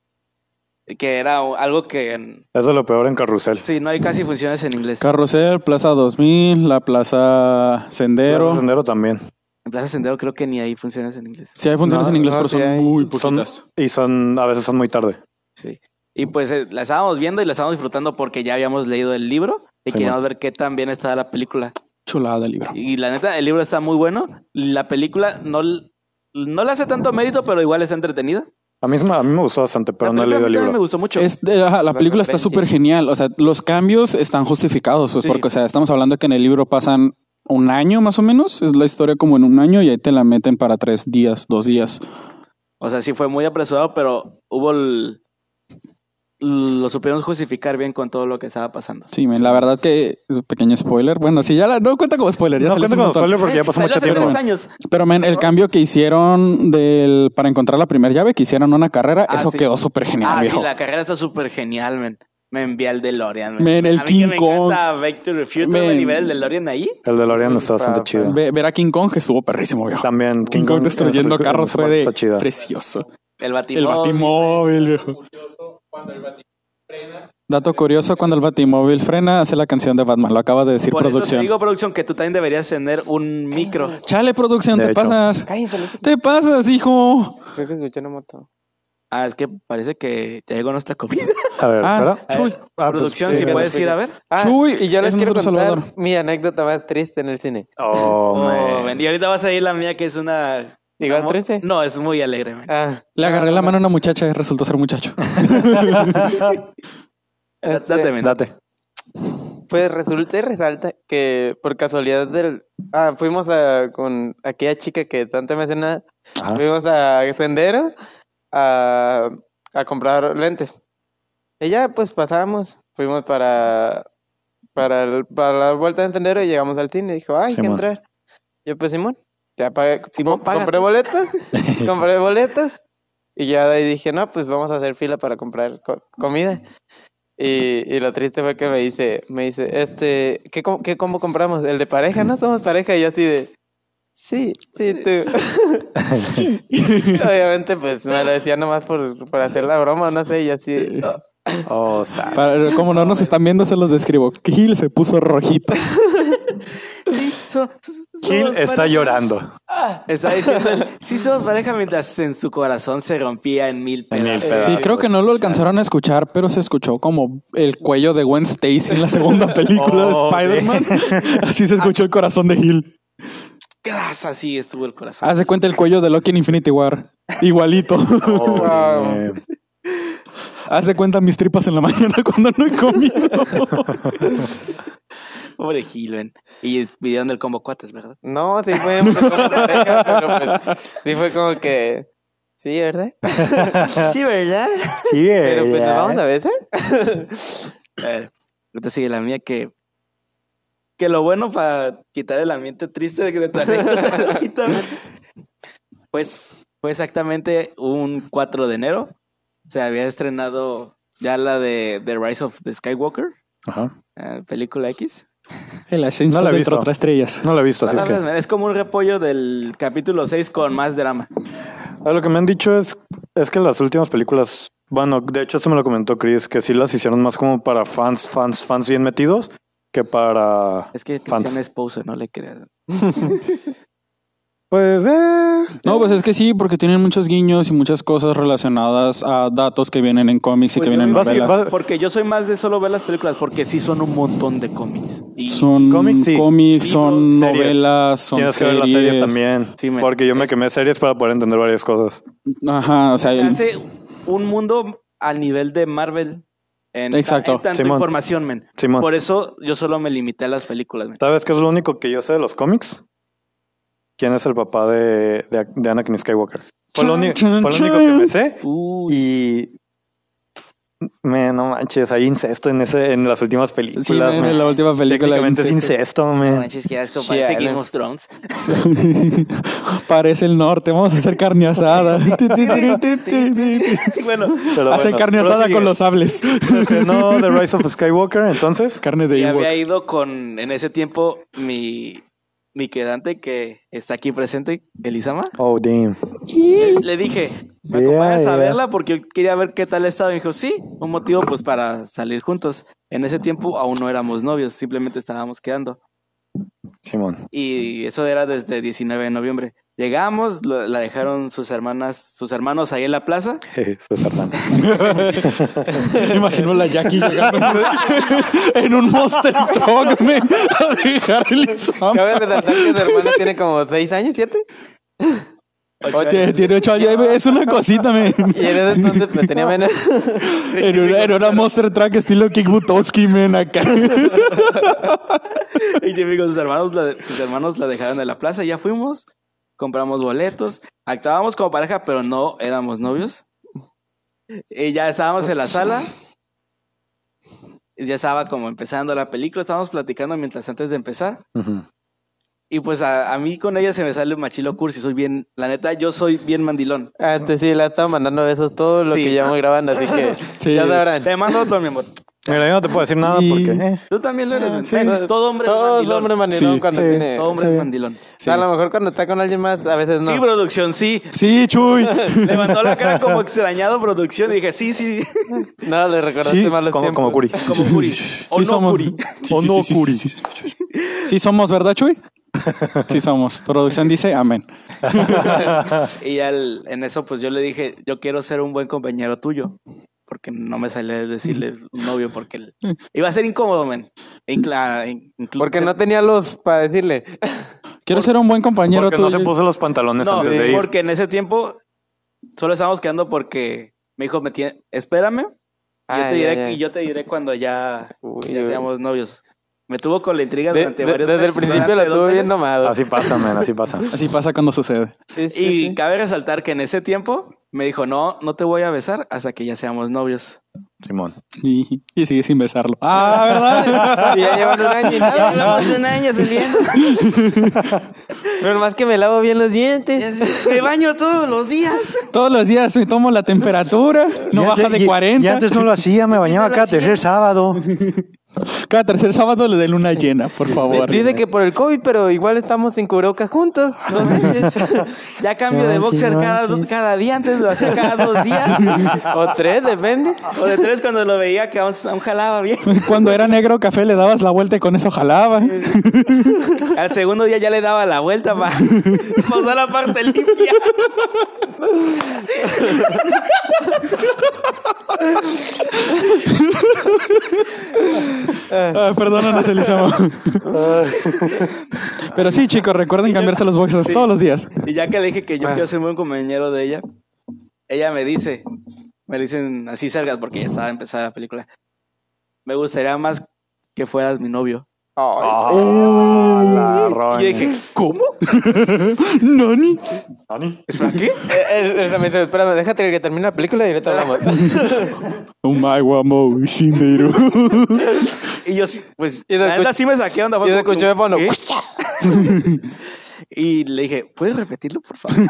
Speaker 3: Que era algo que... en-
Speaker 2: Eso es lo peor en Carrusel.
Speaker 3: Sí, no hay casi funciones en inglés.
Speaker 1: Carrusel, Plaza 2000, la Plaza
Speaker 2: Pero...
Speaker 1: Sendero.
Speaker 2: Sendero también.
Speaker 3: En Plaza Sendero creo que ni hay funciones en inglés.
Speaker 1: Sí hay funciones
Speaker 2: No,
Speaker 1: en inglés,
Speaker 4: no,
Speaker 1: pero
Speaker 4: sí
Speaker 1: son
Speaker 4: hay.
Speaker 1: muy
Speaker 2: Son,
Speaker 1: poquitas.
Speaker 2: y son, a veces son muy tarde.
Speaker 3: Sí. Y pues eh, la estábamos viendo y la estábamos disfrutando porque ya habíamos leído el libro y
Speaker 2: Sí,
Speaker 3: queríamos ver qué tan bien está la película.
Speaker 1: Chulada el libro.
Speaker 3: Y la neta, el libro está muy bueno. La película no, l- no le hace tanto mérito, pero igual está entretenida.
Speaker 2: A mí, a mí me gustó bastante, pero
Speaker 3: la
Speaker 2: no he
Speaker 3: película a
Speaker 2: leído
Speaker 3: mí
Speaker 2: el
Speaker 3: también me
Speaker 2: libro.
Speaker 3: gustó mucho.
Speaker 1: Es- eh, ajá, la
Speaker 4: La
Speaker 1: película está
Speaker 4: referencia.
Speaker 1: súper genial. O sea, los cambios están justificados, pues,
Speaker 3: Sí.
Speaker 1: porque, o sea, estamos hablando que en el libro pasan un año más o menos. Es la historia como en un año y ahí te la meten para tres días, dos días.
Speaker 3: O sea, sí fue muy apresurado, pero hubo el- Lo supieron justificar bien con todo lo que estaba pasando.
Speaker 1: Sí, men, la verdad que, pequeño spoiler. Bueno, sí, ya la, no cuenta como spoiler. Ya
Speaker 2: No
Speaker 1: salió hace
Speaker 2: cuenta
Speaker 1: un montón.
Speaker 2: con spoiler porque ya pasó
Speaker 3: Salió
Speaker 2: mucho
Speaker 3: hace
Speaker 2: tiempo.
Speaker 3: tres años.
Speaker 1: Pero, men, el cambio que hicieron del, para encontrar la primera llave, que hicieron una carrera,
Speaker 3: Ah,
Speaker 1: eso
Speaker 3: sí.
Speaker 1: quedó súper genial,
Speaker 3: Ah,
Speaker 1: viejo.
Speaker 3: sí, la carrera está súper genial, men. Me envía el DeLorean, men.
Speaker 1: Men, el
Speaker 3: a mí
Speaker 1: King
Speaker 3: que me
Speaker 1: Kong.
Speaker 3: encanta Back to the Future,
Speaker 1: Men.
Speaker 3: men, y ver el DeLorean ahí.
Speaker 2: El de Lorian está bastante
Speaker 4: Pa-
Speaker 2: chido.
Speaker 1: Ve- ver a King Kong que estuvo perrísimo, viejo.
Speaker 2: También
Speaker 1: King, Kong, destruyendo
Speaker 2: en esa película-
Speaker 1: carros
Speaker 2: en esa
Speaker 1: fue
Speaker 2: parte
Speaker 1: de
Speaker 2: está chida.
Speaker 1: precioso.
Speaker 3: El batimóvil.
Speaker 1: El batimóvil, viejo. Dato curioso, cuando el batimóvil frena, hace la canción de Batman. Lo acaba de decir
Speaker 3: Por eso
Speaker 1: producción.
Speaker 3: te digo, producción, que tú también deberías tener un micro.
Speaker 1: Chale, producción,
Speaker 2: De
Speaker 1: te
Speaker 2: hecho.
Speaker 1: pasas.
Speaker 4: Cállense, loco.
Speaker 1: Te pasas, hijo.
Speaker 4: Creo que escuché una moto.
Speaker 3: Ah, es que parece que ya llegó nuestra comida. Eh,
Speaker 2: A ver,
Speaker 1: Ah,
Speaker 2: espera.
Speaker 1: Chuy.
Speaker 2: Ah, pues,
Speaker 3: producción,
Speaker 2: sí,
Speaker 3: si
Speaker 2: mira.
Speaker 3: puedes ir a ver.
Speaker 4: Ah,
Speaker 1: Chuy,
Speaker 4: y yo les
Speaker 1: es
Speaker 4: quiero
Speaker 1: nuestro
Speaker 4: contar
Speaker 1: Salvador.
Speaker 4: mi anécdota más triste en el cine.
Speaker 2: Oh,
Speaker 3: Oh,
Speaker 2: man.
Speaker 3: ven, y ahorita vas a ir la mía, que es una.
Speaker 4: Igual
Speaker 3: ¿Cómo?
Speaker 4: triste.
Speaker 3: No, es muy alegre, men.
Speaker 4: Ah,
Speaker 1: Le agarré la mano a una muchacha y resultó ser muchacho.
Speaker 4: este,
Speaker 3: Date, men.
Speaker 2: Date.
Speaker 4: Pues resulta y resalta que por casualidad del... Ah, fuimos a, con aquella chica que tanto mencionaba.
Speaker 2: Ajá.
Speaker 4: Fuimos a Sendero a, a comprar lentes. Y ya, pues pasamos, fuimos para, para, el- para la vuelta de Sendero y llegamos al cine. Dijo, ay, hay que
Speaker 2: Simón.
Speaker 4: entrar. Yo, pues Simón, ya pagué,
Speaker 3: Simón,
Speaker 4: com-
Speaker 3: paga.
Speaker 4: compré boletas, compré boletas. Y ya de ahí dije, no, pues vamos a hacer fila para comprar co- comida. Y, y lo triste fue que me dice, me dice, este, ¿qué, com- qué combo compramos? ¿El de pareja? ¿No somos pareja? Y yo así de, sí, sí, tú. Obviamente, pues me lo decía nomás por, por hacer la broma, no sé, y así. oh,
Speaker 2: Oh, sad.
Speaker 1: Para- como no nos están viendo, se los describo. Gil se puso rojito.
Speaker 3: So-
Speaker 2: Gil
Speaker 3: somos
Speaker 2: está
Speaker 3: pareja.
Speaker 2: llorando.
Speaker 3: Está diciendo, sí somos pareja mientras en su corazón se rompía en mil
Speaker 2: En el
Speaker 3: pedazos.
Speaker 2: pedazo.
Speaker 1: Sí, creo que no lo alcanzaron a escuchar, pero se escuchó como el cuello de Gwen Stacy en la segunda película
Speaker 2: Oh,
Speaker 1: de Spider-Man. Así se escuchó el corazón de Gil.
Speaker 3: Grasa, sí estuvo el corazón.
Speaker 1: Haz de cuenta el cuello de Loki en Infinity War. Igualito.
Speaker 2: Oh,
Speaker 4: Wow.
Speaker 2: man.
Speaker 1: Haz de cuenta mis tripas en la mañana cuando no he comido.
Speaker 3: Pobre Gil, ven. Y pidieron del combo cuates, ¿verdad?
Speaker 4: No, sí fue un combo de pareja, pero pues, sí fue como que. Sí, ¿verdad?
Speaker 3: Sí, ¿verdad?
Speaker 2: Sí,
Speaker 4: Pero pues
Speaker 2: ya.
Speaker 4: nos vamos a besar.
Speaker 3: Eh, Ahorita sigue la mía que. Que lo bueno para quitar el ambiente triste de, de tu anécdota, ahorita, Pues fue exactamente un 4 de enero. Se había estrenado ya la de The Rise of the Skywalker,
Speaker 2: Ajá.
Speaker 3: eh, película X.
Speaker 1: El ascenso
Speaker 2: No la he
Speaker 1: de
Speaker 2: visto.
Speaker 1: otras estrellas.
Speaker 2: No lo he visto, así es
Speaker 3: Ah,
Speaker 2: que.
Speaker 3: Es como un repollo del capítulo 6 con más drama.
Speaker 2: Ah, Lo que me han dicho es, es que las últimas películas, bueno, de hecho eso me lo comentó Chris, que sí las hicieron más como para fans, fans, fans bien metidos, que para...
Speaker 3: Es que
Speaker 2: Fans.
Speaker 3: Cristian es poser, no le creas.
Speaker 2: Pues, eh...
Speaker 1: No, pues es que sí, porque tienen muchos guiños y muchas cosas relacionadas a datos que vienen en cómics y que
Speaker 3: Pues yo
Speaker 1: vienen en
Speaker 3: digo
Speaker 2: básica-
Speaker 1: novelas.
Speaker 2: bá-
Speaker 3: Porque yo soy más de solo ver las películas, porque sí son un montón de cómics. Y
Speaker 1: Son
Speaker 2: Cómics,
Speaker 1: cómics,
Speaker 2: sí.
Speaker 1: son
Speaker 2: Libros, series.
Speaker 1: novelas, son
Speaker 2: Tienes
Speaker 1: series.
Speaker 2: que ver las series también.
Speaker 3: Sí, me-
Speaker 2: porque yo me
Speaker 3: es-
Speaker 2: quemé series para poder entender varias cosas.
Speaker 1: Ajá, o sea, el-
Speaker 3: hace un mundo al nivel de Marvel. En ta-
Speaker 1: Exacto.
Speaker 3: en tanta
Speaker 2: Simón.
Speaker 3: información, men.
Speaker 2: Simón,
Speaker 3: Por eso yo solo me limité a las películas, men.
Speaker 2: ¿sabes qué es lo único que yo sé de los cómics? ¿Quién es el papá de, de, de Anakin Skywalker? Fue lo,
Speaker 1: Chan,
Speaker 2: uni-
Speaker 1: chan,
Speaker 2: fue lo único
Speaker 1: chan.
Speaker 2: que me sé.
Speaker 3: Uy,
Speaker 2: Y... Me, no manches, hay incesto en, ese, en las últimas películas.
Speaker 1: sí, man,
Speaker 2: man.
Speaker 1: en la última película.
Speaker 2: Técnicamente es incesto,
Speaker 3: no
Speaker 2: man.
Speaker 3: manches, qué asco,
Speaker 4: Sí,
Speaker 3: parece
Speaker 4: Alan.
Speaker 3: Game of Thrones.
Speaker 1: Parece el norte, vamos a hacer carne asada.
Speaker 3: bueno,
Speaker 2: Pero
Speaker 1: Hacen
Speaker 2: bueno,
Speaker 1: carne asada
Speaker 2: prosigue.
Speaker 1: con los sables.
Speaker 2: No, The Rise of Skywalker, entonces.
Speaker 1: Carne de
Speaker 3: y
Speaker 1: Ewok.
Speaker 3: había ido con, en ese tiempo, mi, mi quedante que está aquí presente, Elisama.
Speaker 2: Oh, damn.
Speaker 3: Le dije, ¿me
Speaker 2: Yeah,
Speaker 3: acompañas a
Speaker 2: yeah.
Speaker 3: verla? Porque yo quería ver qué tal estaba. Y me dijo, sí, un motivo pues para salir juntos. En ese tiempo aún no éramos novios, simplemente estábamos quedando.
Speaker 2: Simón.
Speaker 3: Y eso era desde 19 de noviembre. Llegamos, lo- la dejaron sus hermanas, sus hermanos ahí en la plaza.
Speaker 2: Jeje, César Hernández.
Speaker 1: Me imagino la Jackie llegando en- en un monster truck me, a dejar el examen.
Speaker 4: Cabe resaltar que su hermana tiene como 6 años, 7.
Speaker 1: Tiene- Tiene ocho años, es una cosita, me.
Speaker 4: Y en ese entonces me tenía menos.
Speaker 1: En una, en una monster truck estilo Kick Butowski, men, acá.
Speaker 3: Y yo digo, sus hermanos, la, sus hermanos la dejaron en la plaza. Ya fuimos, compramos boletos, actuábamos como pareja, pero no éramos novios. Y ya estábamos en la sala. Y Ya estaba como empezando la película, estábamos platicando mientras antes de empezar.
Speaker 2: Ujú.
Speaker 3: Y pues a, a mí con ella se me sale un machilo cursi, soy bien, la neta, yo soy bien mandilón.
Speaker 4: Ah, entonces sí, le ha estado mandando besos todo lo
Speaker 3: Sí.
Speaker 4: que llevamos grabando, así que
Speaker 1: Sí.
Speaker 4: ya sabrán.
Speaker 3: Te mando otro, mi amor.
Speaker 2: Mira, yo no te puedo decir nada
Speaker 1: Y-
Speaker 2: porque. eh,
Speaker 3: Tú también lo eres. men.
Speaker 2: sí.
Speaker 3: Ven, todo hombre es
Speaker 4: Todos
Speaker 3: mandilón.
Speaker 4: hombres mandilón
Speaker 1: Sí,
Speaker 4: cuando
Speaker 2: sí.
Speaker 4: tiene.
Speaker 3: todo hombre
Speaker 1: sí.
Speaker 3: es mandilón.
Speaker 1: Sí.
Speaker 4: A lo mejor cuando está con alguien más, a veces no.
Speaker 3: Sí, producción, sí.
Speaker 1: Sí, Chuy.
Speaker 3: Levantó la cara como extrañado producción y dije, sí, sí, sí.
Speaker 4: No, le recordaste
Speaker 2: Sí,
Speaker 4: mal los
Speaker 2: como,
Speaker 4: tiempos.
Speaker 2: como Curi.
Speaker 3: como Curi. O
Speaker 1: Sí
Speaker 3: no
Speaker 1: somos.
Speaker 3: Curi.
Speaker 1: Sí, sí, sí, sí, sí, sí. Sí somos, ¿verdad, Chuy? Sí somos. Producción dice amén.
Speaker 3: Y al, en eso, pues yo le dije, yo quiero ser un buen compañero tuyo. Porque no me sale decirle novio, porque el- iba a ser incómodo, men. Incla- in- inclu-
Speaker 4: Porque no tenía los para decirle.
Speaker 1: Quiero ser un buen compañero
Speaker 2: Porque no
Speaker 1: tuyo.
Speaker 2: se puso los pantalones
Speaker 3: No,
Speaker 2: antes de ir.
Speaker 3: porque en ese tiempo solo estábamos quedando porque me dijo, me tiene, espérame, y yo
Speaker 4: Ah,
Speaker 3: te
Speaker 4: ya,
Speaker 3: diré,
Speaker 4: ya.
Speaker 3: y yo te diré cuando ya,
Speaker 4: Uy,
Speaker 3: ya
Speaker 4: uy.
Speaker 3: seamos novios. Me tuvo con la intriga
Speaker 4: De-
Speaker 3: durante
Speaker 4: de-
Speaker 3: varios
Speaker 4: desde el
Speaker 3: meses,
Speaker 4: principio lo
Speaker 3: durante dos
Speaker 4: estuve
Speaker 3: meses. Ah,
Speaker 4: bien nomado.
Speaker 2: Así pasa, man, así pasa.
Speaker 1: Así pasa cuando sucede.
Speaker 4: Sí,
Speaker 3: Y
Speaker 4: sí, sí.
Speaker 3: cabe resaltar que en ese tiempo me dijo, no, no te voy a besar hasta que ya seamos novios.
Speaker 2: Simón.
Speaker 1: Y, y sigue sin besarlo. Ah, ¿verdad?
Speaker 4: Y ya llevan un año
Speaker 3: Ya
Speaker 4: y nada.
Speaker 3: llevamos un año saliendo.
Speaker 4: Pero más que me lavo bien los
Speaker 3: Ya
Speaker 4: dientes.
Speaker 3: sé, Me baño todos los días.
Speaker 1: Todos los días me tomo la temperatura. No
Speaker 2: Y
Speaker 1: baja
Speaker 2: antes-
Speaker 1: de
Speaker 2: y-
Speaker 1: 40.
Speaker 2: Y antes no lo hacía, me bañaba cada tercer sábado.
Speaker 1: Cada tercer sábado le den luna llena, por favor.
Speaker 4: Dice que por el COVID, pero igual estamos sin cubrebocas juntos. No sé.
Speaker 3: Ya cambio
Speaker 2: No,
Speaker 3: de
Speaker 2: sí,
Speaker 3: boxer
Speaker 2: no,
Speaker 3: cada, do-
Speaker 2: sí.
Speaker 3: cada día, antes lo hacía cada dos días.
Speaker 4: o tres, depende.
Speaker 3: O de tres cuando lo veía que aún, aún jalaba bien.
Speaker 1: Cuando era negro café le dabas la vuelta y con eso jalaba.
Speaker 3: Al segundo día ya le daba la vuelta para usar la parte limpia.
Speaker 1: Ah, perdónanos, Elisamo. Pero sí, chicos, recuerden cambiarse los boxers todos los días.
Speaker 3: Y ya que le dije que yo quiero ser un buen compañero de ella, ella me dice, me dicen así cerca porque ya estaba empezada la película, me gustaría más que fueras mi novio.
Speaker 2: Ah, la roña.
Speaker 3: Y dije, ¿cómo?
Speaker 1: ¿Nani?
Speaker 2: Ani.
Speaker 3: ¿Es para qué?
Speaker 4: Eh, eh, él también dice, espérame, déjate que termine la película y ahorita hablamos.
Speaker 1: Oh my guamo, Shinderu.
Speaker 3: Y yo sí, pues,
Speaker 4: Y
Speaker 3: la
Speaker 4: escu-
Speaker 3: neta sí me saqué onda. fue
Speaker 4: y
Speaker 3: como que,
Speaker 4: escuché de fondo,
Speaker 3: ¿qué? Y le dije, ¿puedes repetirlo, por favor?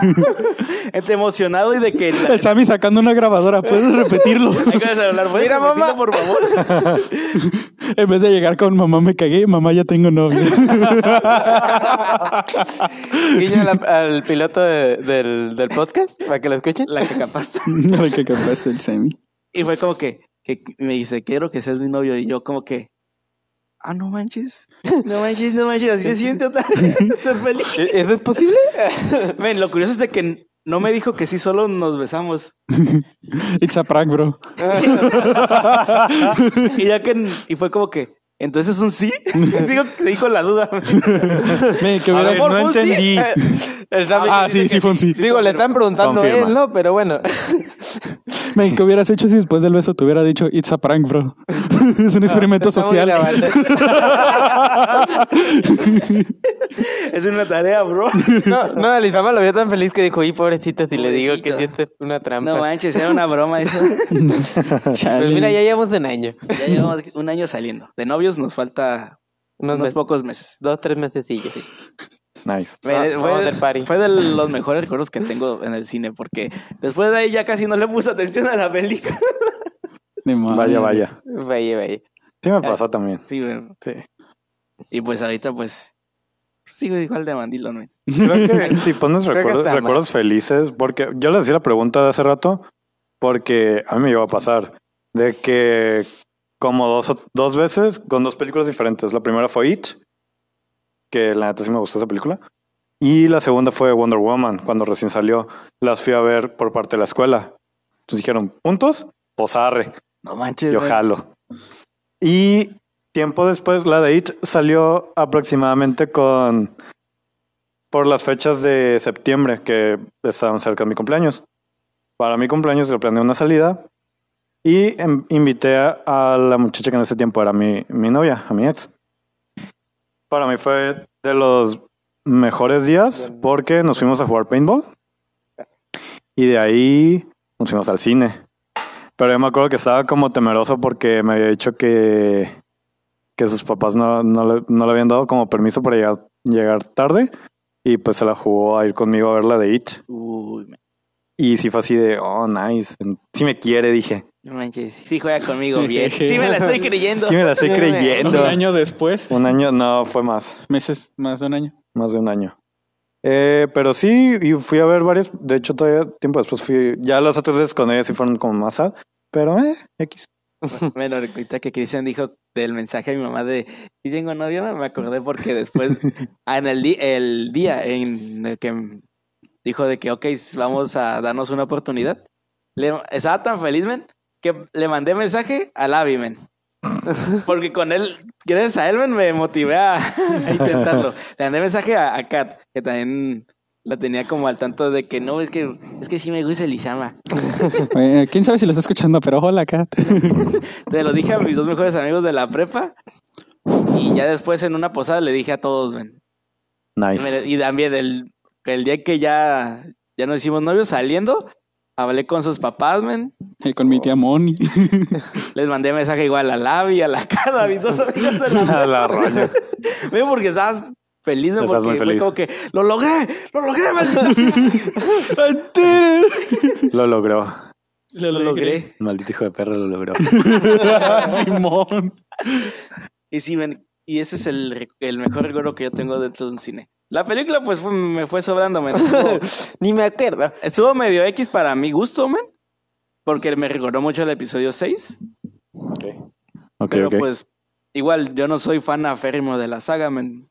Speaker 3: Entre emocionado y de que... la-
Speaker 1: El Sammy sacando una grabadora, ¿puedes repetirlo?
Speaker 3: Hay que hablar, ¿puedes
Speaker 4: Mira,
Speaker 3: repetirlo,
Speaker 4: mamá.
Speaker 3: por favor?
Speaker 1: En vez de llegar con mamá me cagué, mamá ya tengo novio.
Speaker 4: Guiño al, al piloto de- del, del podcast para que lo escuchen.
Speaker 3: La que capaz.
Speaker 1: Ay, que capaste el Sammy.
Speaker 3: Y fue como que, que me dice, quiero que seas mi novio. Y yo como que, ah, no manches. No manches, no manches. Así se siente otra vez. Ser feliz.
Speaker 4: ¿E- ¿Eso es posible?
Speaker 3: Ven, lo curioso es de que no me dijo que sí, solo nos besamos.
Speaker 1: It's a prank, bro.
Speaker 3: Y ya que, y fue como que, entonces es un sí. Sigo, se dijo la duda.
Speaker 1: Me, que
Speaker 2: A
Speaker 1: hubiera-
Speaker 2: ver,
Speaker 3: por
Speaker 2: no
Speaker 3: un sí.
Speaker 2: entendí.
Speaker 4: eh, El Sammy
Speaker 1: Ah,
Speaker 4: dice
Speaker 1: sí,
Speaker 4: que
Speaker 1: sí fue un sí.
Speaker 4: Digo, le están preguntando
Speaker 2: Confirma.
Speaker 4: él, ¿no? Pero bueno.
Speaker 1: Me, ¿qué hubieras hecho si después del beso te hubiera dicho It's a prank, bro? es un experimento
Speaker 4: Ah, estamos
Speaker 1: social.
Speaker 4: grabando.
Speaker 3: Es una tarea, bro.
Speaker 4: No, no, Elizama lo vio tan feliz que dijo, y pobrecito, si le digo que
Speaker 3: Pobrecito.
Speaker 4: sientes una trampa.
Speaker 3: No manches, era una broma eso.
Speaker 1: Chale.
Speaker 4: pues mira, ya llevamos un año.
Speaker 3: Ya llevamos un año saliendo. De novios nos falta
Speaker 4: Unos
Speaker 3: unos
Speaker 4: mes-
Speaker 3: pocos meses.
Speaker 4: dos, tres mesecillos.
Speaker 2: Nice.
Speaker 3: Fue,
Speaker 4: Ah,
Speaker 3: fue-
Speaker 4: vamos del party.
Speaker 3: fue de los mejores recuerdos que tengo en el cine, porque después de ahí ya casi no le puse atención a la película.
Speaker 1: Ni madre.
Speaker 2: Vaya, vaya.
Speaker 4: Vaya, vaya.
Speaker 2: Sí me pasó también.
Speaker 3: Sí, güey.
Speaker 2: Sí.
Speaker 3: Y pues ahorita, pues, sigo igual de mandilón, güey.
Speaker 2: Creo que si pones
Speaker 4: que
Speaker 2: recuerdos,
Speaker 4: está mal.
Speaker 2: recuerdos felices, porque yo les hacía la pregunta de hace rato, porque a mí me iba a pasar, de que como dos, o- dos veces con dos películas diferentes. La primera fue It, que la neta sí me gustó esa película, y la segunda fue Wonder Woman, cuando recién salió. Las fui a ver por parte de la escuela. Entonces dijeron, ¿puntos? Pues Posarre.
Speaker 3: No manches.
Speaker 2: Yo
Speaker 3: güey.
Speaker 2: jalo. Y tiempo después, la de It salió aproximadamente con. por las fechas de septiembre, que estaban cerca de mi cumpleaños. Para mi cumpleaños yo planeé una salida y em- invité a, a la muchacha que en ese tiempo era mi, mi novia, a mi ex. Para mí fue de los mejores días porque nos fuimos a jugar paintball y de ahí nos fuimos al cine. Pero yo me acuerdo que estaba como temeroso porque me había dicho que, que sus papás no, no, le, no le habían dado como permiso para llegar, llegar tarde. Y pues se la jugó a ir conmigo a ver la de It.
Speaker 3: Uy, man-
Speaker 2: Y sí fue así de, oh, nice. Sí me quiere, dije.
Speaker 3: no manches. Sí juega conmigo bien. Sí me la estoy creyendo.
Speaker 2: Sí me la estoy
Speaker 4: No,
Speaker 1: Un
Speaker 2: creyendo.
Speaker 1: año después,
Speaker 2: Un año, no, fue más.
Speaker 1: meses, más de un año.
Speaker 2: más de un año. Eh, pero sí, y fui a ver varias. De hecho, todavía tiempo después fui. Ya las otras veces con ella sí fueron como más sad. Pero, eh, X.
Speaker 3: Me lo recuerda que Cristian dijo del mensaje a mi mamá de si tengo novia, me acordé porque después, ah, en el, di- el día en el que dijo de que, ok, vamos a darnos una oportunidad, le- estaba tan feliz, men, que le mandé mensaje al Avi, men. Porque con él, gracias a él, men, me motivé a, a intentarlo. Le mandé mensaje a, a Kat, que también la tenía como al tanto de que no, es que, es que sí me gusta el Isama.
Speaker 1: Eh, ¿Quién sabe si lo está escuchando? Pero hola, Kat.
Speaker 3: Te lo dije a mis dos mejores amigos de la prepa. Y ya después en una posada le dije a todos, ven. Y me-
Speaker 2: Nice.
Speaker 3: Y también el, el día que ya, ya nos hicimos novios saliendo, hablé con sus papás, men.
Speaker 1: Eh, con mi tía Moni.
Speaker 3: Les mandé mensaje igual a Lavi, a la cara, a mis dos amigos de la
Speaker 2: A la roña.
Speaker 3: Ven, porque estabas feliz, men,
Speaker 2: Estás
Speaker 3: porque
Speaker 2: muy
Speaker 3: fue
Speaker 2: feliz.
Speaker 3: como que lo logré, lo logré, maldita sea".
Speaker 2: Lo logró.
Speaker 3: Lo logré.
Speaker 2: Maldito hijo de perro lo logró.
Speaker 1: Simón.
Speaker 3: Y sí, men, y ese es el, rec- el mejor recuerdo que yo tengo dentro de un cine. La película, pues, fue- me fue sobrando, men. Estuvo-
Speaker 4: Ni me acuerdo.
Speaker 3: Estuvo medio X para mi gusto, man. Porque me recordó mucho el episodio 6.
Speaker 2: Ok,
Speaker 3: pero
Speaker 2: ok.
Speaker 3: pues, igual, yo no soy fan aférrimo de la saga, man.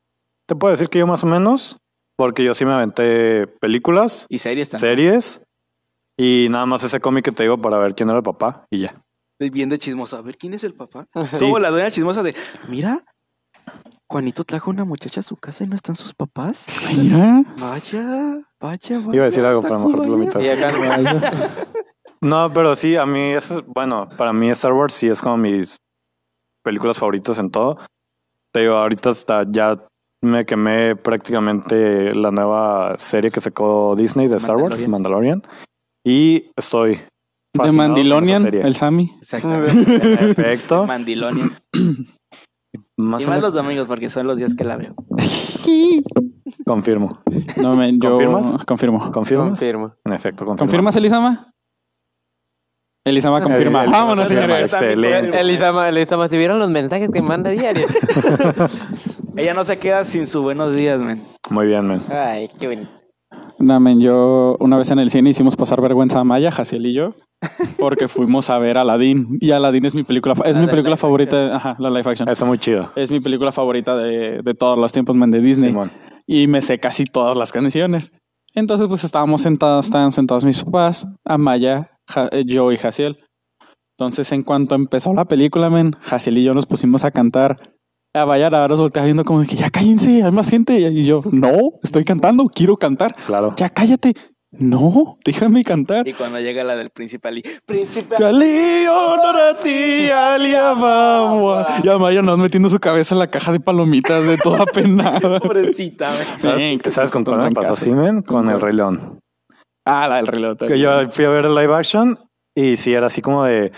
Speaker 2: Te puedo decir que yo más o menos. Porque yo sí me aventé películas,
Speaker 3: Y series también.
Speaker 2: series. Y nada más ese cómic que te digo para ver quién era el papá. Y ya.
Speaker 3: Estoy Bien de chismoso. A ver, ¿quién es el papá?
Speaker 2: Sí.
Speaker 3: Somos la doña chismosa de, mira, Juanito trajo una muchacha a su casa y no están sus papás.
Speaker 1: Mira.
Speaker 3: Vaya, vaya, vaya.
Speaker 2: Iba a decir algo, pero a lo mejor te lo
Speaker 3: Tacubaya.
Speaker 2: omito.
Speaker 4: Y acá
Speaker 2: No, pero sí, a mí eso es, bueno, para mí Star Wars sí es como mis películas favoritas en todo. te digo, ahorita hasta ya me quemé prácticamente la nueva serie que sacó Disney de Star Wars, Mandalorian. Y estoy.
Speaker 1: De
Speaker 2: fascinado con
Speaker 1: Mandilonian,
Speaker 2: esa serie.
Speaker 1: el Sammy.
Speaker 3: Exactamente.
Speaker 2: En efecto.
Speaker 3: Mandilonia.
Speaker 2: Más
Speaker 3: Y
Speaker 2: o
Speaker 3: más
Speaker 2: menos-
Speaker 3: los domingos porque son los días que la veo.
Speaker 2: Confirmo.
Speaker 1: No, men, yo
Speaker 2: ¿Confirmas?
Speaker 1: confirmo.
Speaker 2: ¿Confirmas?
Speaker 4: Confirmo.
Speaker 2: En efecto, confirmo.
Speaker 1: ¿Confirmas, Elizama? Elizama confirma.
Speaker 2: El- el-
Speaker 1: Vámonos,
Speaker 2: confirma,
Speaker 1: señores.
Speaker 2: Excelente.
Speaker 4: Elizama, Elizama, si vieron los mensajes que manda diario.
Speaker 3: Ella no se queda sin su buenos días, men.
Speaker 2: Muy bien, men.
Speaker 4: Ay, qué bonito.
Speaker 1: No, men, yo una vez en el cine hicimos pasar vergüenza a Maya, Jaciel y yo, porque fuimos a ver Aladdin. Y Aladdin es mi película, fa- es
Speaker 3: La
Speaker 1: mi
Speaker 3: de
Speaker 1: película
Speaker 3: live
Speaker 1: favorita, ajá, la live action.
Speaker 2: Eso muy chido.
Speaker 1: Es mi película favorita de, de todos los tiempos, man, de Disney.
Speaker 2: Simón.
Speaker 1: y me sé casi todas las canciones. Entonces, pues estábamos sentados, estaban sentados mis papás, Amaya, Ja- eh, yo y Jaciel. Entonces, en cuanto empezó la película, men, Jaciel y yo nos pusimos a cantar. Amaya ahora nos voltea viendo como que ya cállense, hay más gente. Y yo, no, estoy cantando, quiero cantar.
Speaker 2: Claro.
Speaker 1: Ya cállate. No, déjame cantar.
Speaker 3: Y cuando llega la del principal y principal.
Speaker 1: Cali, honor a ti, alia, vamos. Y Amaya nos metiendo su cabeza en la caja de palomitas de toda penada.
Speaker 3: Pobrecita, men.
Speaker 2: ¿Sabes,
Speaker 1: Sí, que
Speaker 2: sabes con
Speaker 1: fue un
Speaker 2: cuál me pasó
Speaker 1: trancazo.
Speaker 2: así, men? Con
Speaker 1: Con-
Speaker 2: El Rey León.
Speaker 1: Ah, la del reloj.
Speaker 2: Que yo fui a ver el live action y sí, era así como de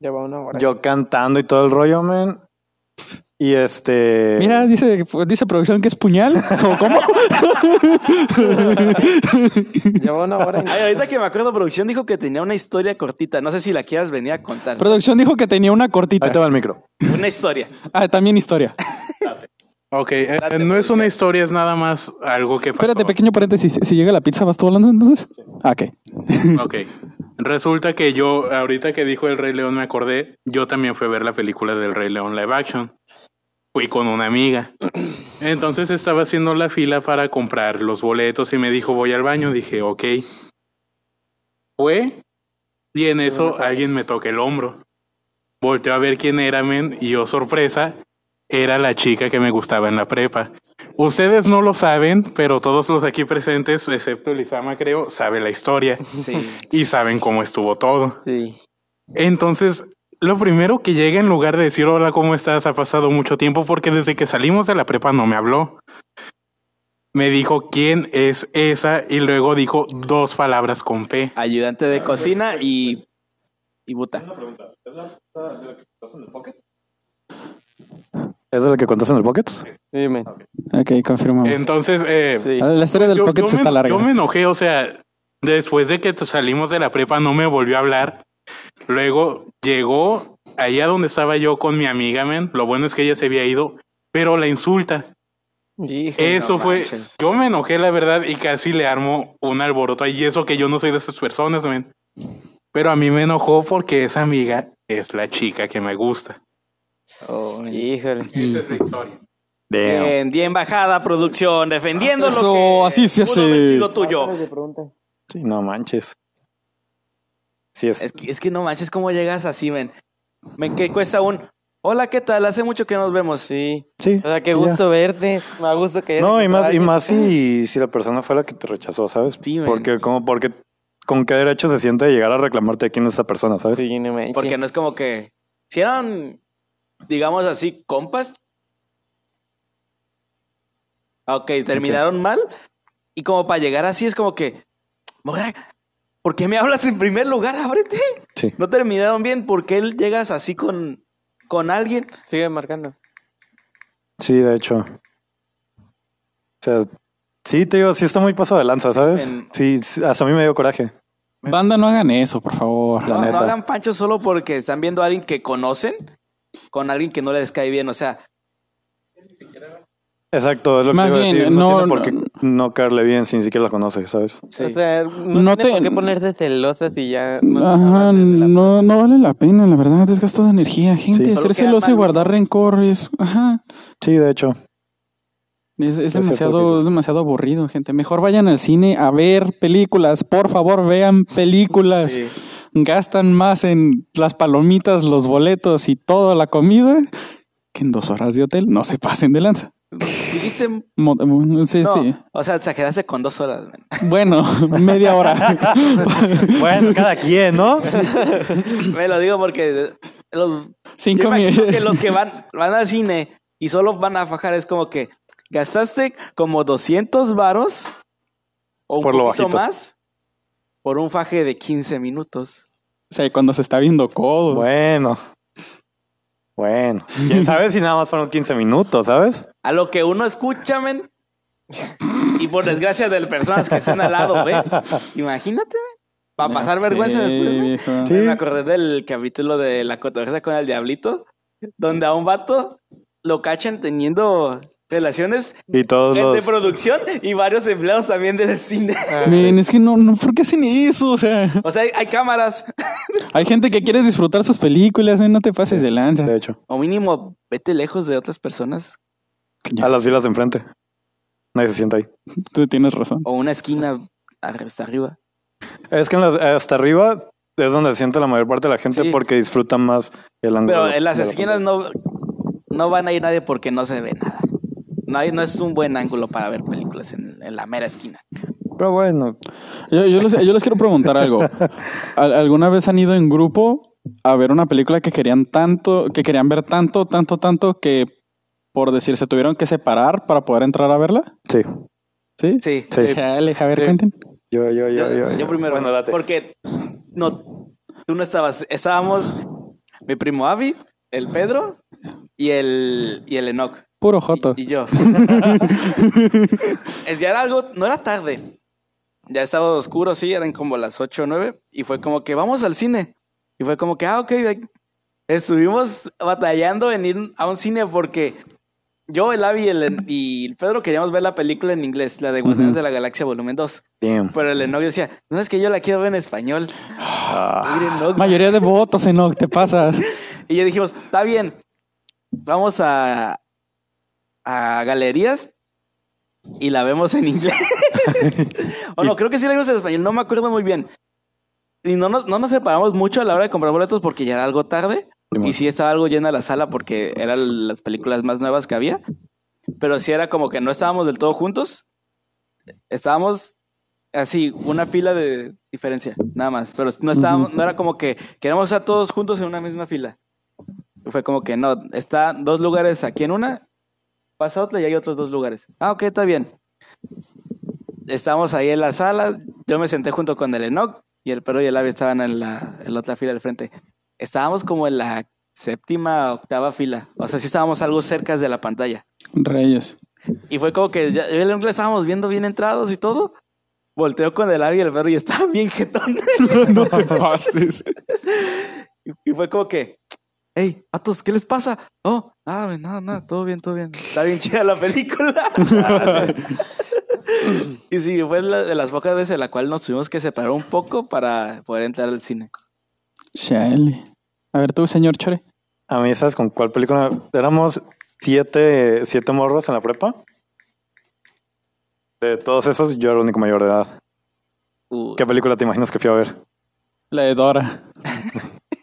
Speaker 4: Lleva una hora.
Speaker 2: yo cantando y todo el rollo, men. Y este...
Speaker 1: Mira, dice, dice producción que es puñal. ¿O cómo?
Speaker 4: Lleva una hora.
Speaker 3: Ay, ahorita que me acuerdo, producción dijo que tenía una historia cortita. No sé si la quieras venir a contar.
Speaker 1: producción dijo que tenía una cortita.
Speaker 2: Ahí te va el micro.
Speaker 3: Una historia.
Speaker 1: Ah, también historia.
Speaker 5: Ok, eh, eh, no es una historia, es nada más algo que pasó.
Speaker 1: Espérate, pequeño paréntesis. Si llega la pizza, ¿vas tú hablando entonces? Ah, ok.
Speaker 5: Ok. Resulta que yo, ahorita que dijo El Rey León, me acordé. Yo también fui a ver la película del Rey León live action. Fui con una amiga. Entonces estaba haciendo la fila para comprar los boletos y me dijo, voy al baño. Dije, ok. Fue. Y en eso alguien me toca el hombro. Volteo a ver quién era, men. Y yo, sorpresa, era la chica que me gustaba en la prepa. Ustedes no lo saben, pero todos los aquí presentes, excepto Lizama, creo, sabe la historia
Speaker 3: Sí.
Speaker 5: y saben cómo estuvo todo.
Speaker 4: Sí.
Speaker 5: Entonces, lo primero que llega en lugar de decir hola, ¿cómo estás? Ha pasado mucho tiempo porque desde que salimos de la prepa no me habló. Me dijo quién es esa y luego dijo dos palabras con P.
Speaker 3: Ayudante de cocina y. Y buta.
Speaker 2: ¿Es de la que contaste en el Pockets?
Speaker 4: Dime.
Speaker 1: Ok, confirmamos. Ah,
Speaker 5: Entonces, eh,
Speaker 4: Sí.
Speaker 1: La historia del
Speaker 5: yo-
Speaker 1: pocket
Speaker 5: yo
Speaker 1: se
Speaker 5: me-
Speaker 1: está larga.
Speaker 5: Yo me enojé, o sea, después de que t- salimos de la prepa no me volvió a hablar. Luego llegó allá donde estaba yo con mi amiga, men. Lo bueno es que ella se había ido, pero la insulta.
Speaker 4: Dije,
Speaker 5: Eso
Speaker 4: no
Speaker 5: fue.
Speaker 4: manches.
Speaker 5: Yo me enojé, la verdad, y casi le armo un alboroto. Y eso que yo no soy de esas personas, men. Pero a mí me enojó porque esa amiga es la chica que me gusta.
Speaker 4: Híjole.
Speaker 5: Esa es la historia.
Speaker 2: Damn.
Speaker 3: Bien, bien bajada, producción, defendiendo lo
Speaker 1: Eso,
Speaker 3: que
Speaker 1: así se
Speaker 3: pudo
Speaker 1: hace.
Speaker 3: haber sido tuyo.
Speaker 2: Sí, no manches. Sí, es,
Speaker 3: Es que, es que no manches cómo llegas así, men. Men, que cuesta un. Hola, ¿qué tal? Hace mucho que nos vemos.
Speaker 4: Sí.
Speaker 2: sí.
Speaker 4: O sea, qué
Speaker 2: ya.
Speaker 4: gusto verte. Me da gusto que hayas
Speaker 2: No, y
Speaker 4: encontrado
Speaker 2: más, y
Speaker 4: alguien.
Speaker 2: más si, si la persona fue la que te rechazó, ¿sabes?
Speaker 3: Sí, men.
Speaker 2: porque, como, porque con qué derecho se siente de llegar a reclamarte quién es esa persona, ¿sabes?
Speaker 4: Sí, no manches.
Speaker 3: Porque no es como que. Si eran, digamos así, compas. Ok, terminaron mal. Y como para llegar así es como que. Morra, ¿por qué me hablas en primer lugar? Ábrete.
Speaker 2: Sí.
Speaker 3: No terminaron bien. ¿Por qué llegas así con, con alguien?
Speaker 4: Sigue marcando.
Speaker 2: Sí, de hecho. O sea, sí, te digo, sí está muy paso de lanza, ¿sabes?
Speaker 3: en-
Speaker 2: Sí, sí, hasta a mí me dio coraje.
Speaker 1: Banda, no hagan eso, por favor.
Speaker 2: La
Speaker 3: No, no
Speaker 2: neta.
Speaker 3: hagan pancho solo porque están viendo a alguien que conocen con alguien que no les cae bien. O sea,
Speaker 2: Exacto, es lo
Speaker 1: Más
Speaker 2: que iba a
Speaker 1: bien,
Speaker 2: decir. No,
Speaker 1: no-
Speaker 2: tiene por qué no caerle bien si ni siquiera la conoce, ¿sabes?
Speaker 4: O sea, no,
Speaker 1: No
Speaker 4: tiene
Speaker 1: te-
Speaker 4: por qué ponerse celosa si ya...
Speaker 1: Ajá, no, no vale la pena, la verdad. Es gasto de energía, gente.
Speaker 2: Sí.
Speaker 1: Ser
Speaker 3: Solo queda
Speaker 1: celoso y
Speaker 3: mal.
Speaker 1: guardar rencor es. Ajá.
Speaker 2: Sí, de hecho.
Speaker 1: Es, es
Speaker 2: cierto lo que
Speaker 1: demasiado,
Speaker 2: dices.
Speaker 1: es demasiado aburrido, gente. Mejor vayan al cine a ver películas. Por favor, vean películas.
Speaker 3: Sí.
Speaker 1: Gastan más en las palomitas, los boletos y toda la comida que en dos horas de hotel. No se pasen de lanza.
Speaker 3: dijiste.
Speaker 1: Mo- mo- Sí,
Speaker 3: no,
Speaker 1: sí.
Speaker 3: O sea, exageraste con dos horas. man.
Speaker 1: Bueno, media hora.
Speaker 2: Bueno, cada quien, ¿no?
Speaker 3: Me lo digo porque los
Speaker 1: Cinco
Speaker 3: Yo imagino que
Speaker 1: minutos.
Speaker 3: los que van, van al cine Y solo van a fajar, es como que gastaste como 200 varos o un
Speaker 2: Por lo
Speaker 3: poquito
Speaker 2: bajito.
Speaker 3: más por un faje de 15 minutos.
Speaker 1: O sea, cuando se está viendo codo.
Speaker 2: Bueno. Bueno. ¿Quién sabe si nada más fueron 15 minutos, sabes?
Speaker 3: A lo que uno escucha, men. Y por desgracia de las personas que estén al lado, ve. Imagínate, Para
Speaker 1: Ya
Speaker 3: pasar
Speaker 1: sé,
Speaker 3: vergüenza después, ve.
Speaker 1: viejo.
Speaker 2: Sí.
Speaker 3: Me acordé del capítulo de la cotorreza con el diablito, donde a un vato lo cachan teniendo relaciones
Speaker 2: Y todos
Speaker 3: gente de
Speaker 2: los...
Speaker 3: producción y varios empleados también del cine.
Speaker 1: Men, es que no, no, ¿por qué hacen eso? O sea,
Speaker 3: O sea, hay, hay cámaras.
Speaker 1: hay gente que quiere disfrutar sus películas, men, no te pases de lanza.
Speaker 2: De hecho,
Speaker 3: O mínimo, vete lejos de otras personas
Speaker 1: Ya
Speaker 2: a las
Speaker 1: sé,
Speaker 2: filas de enfrente. Nadie se sienta ahí.
Speaker 1: Tú tienes razón.
Speaker 3: o una esquina ar- hasta arriba.
Speaker 2: Es que en las- hasta arriba es donde se siente la mayor parte de la gente
Speaker 3: Sí.
Speaker 2: porque disfrutan más el ángulo.
Speaker 3: Pero en las
Speaker 2: de la
Speaker 3: esquinas no, no van a ir nadie porque no se ve nada. No, hay- no es un buen ángulo para ver películas en, en la mera esquina.
Speaker 2: pantalla. Pero bueno,
Speaker 1: Yo, yo les, yo les quiero preguntar algo. ¿Al- ¿Alguna vez han ido en grupo a ver una película que querían tanto, que querían ver tanto, tanto, tanto que por decir se tuvieron que separar para poder entrar a verla?
Speaker 2: sí.
Speaker 1: Sí.
Speaker 3: Sí.
Speaker 2: Sí.
Speaker 1: Chale, a ver,
Speaker 4: Sí.
Speaker 1: cuenten.
Speaker 2: Yo, yo, yo,
Speaker 3: Yo,
Speaker 2: yo,
Speaker 3: yo primero.
Speaker 2: Bueno, date.
Speaker 3: Porque no, tú no estabas. Estábamos mi primo Avi, el Pedro y el, y el Enoch.
Speaker 1: Puro
Speaker 3: y-
Speaker 1: joto.
Speaker 3: Y, yo. es, ya era algo, no era tarde. Ya estaba oscuro, sí, eran como las 8 o 9. Y fue como que vamos al cine. Y fue como que, ah, ok. ve- Estuvimos batallando en ir a un cine porque yo, el Avi y el, y el Pedro queríamos ver la película en inglés, la de Guardianes
Speaker 1: Ujú.
Speaker 3: de la Galaxia Volumen 2.
Speaker 2: Damn.
Speaker 3: Pero el novio decía, no es que yo la quiero ver en español.
Speaker 2: Ah,
Speaker 3: Miren, no.
Speaker 1: Mayoría de votos, Enoch, te pasas.
Speaker 3: Y ya dijimos, está bien, vamos a, a galerías y la vemos en inglés. o no, creo que sí la vimos en español, no me acuerdo muy bien. Y no nos, no nos separamos mucho a la hora de comprar boletos porque ya era algo tarde.
Speaker 2: Simón.
Speaker 3: Y sí estaba algo llena la sala porque eran las películas más nuevas que había. Pero sí era como que no estábamos del todo juntos. Estábamos así, una fila de diferencia, nada más. Pero no estábamos, no era como que queremos estar todos juntos en una misma fila. Fue como que no, está dos lugares aquí en una, pasa otra y hay otros dos lugares. Ah, ok, está bien. Estábamos ahí en la sala, yo me senté junto con el Enoch y el perro y el ave estaban en la, en la otra fila del frente. Estábamos como en la séptima, octava fila. O sea, sí estábamos algo cerca de la pantalla.
Speaker 1: Reyes.
Speaker 3: Y fue como que ya, yo y el Enoch la estábamos viendo bien entrados y todo. Volteo con el ave y el perro y estaba bien jetón.
Speaker 1: no te pases.
Speaker 3: Y- Y fue como que, hey, Atos, ¿qué les pasa? Oh, nada, güey, nada, nada, todo bien, todo bien. Está bien chida la película. y sí, fue la- de las pocas veces en la cual nos tuvimos que separar un poco para poder entrar al cine.
Speaker 1: Chale. A ver tú, señor Chore.
Speaker 2: A mí, ¿sabes con cuál película? Éramos siete, siete morros en la prepa. De todos esos, yo era el único mayor de edad.
Speaker 3: Uh,
Speaker 2: ¿Qué película te imaginas que fui a ver?
Speaker 1: La de Dora.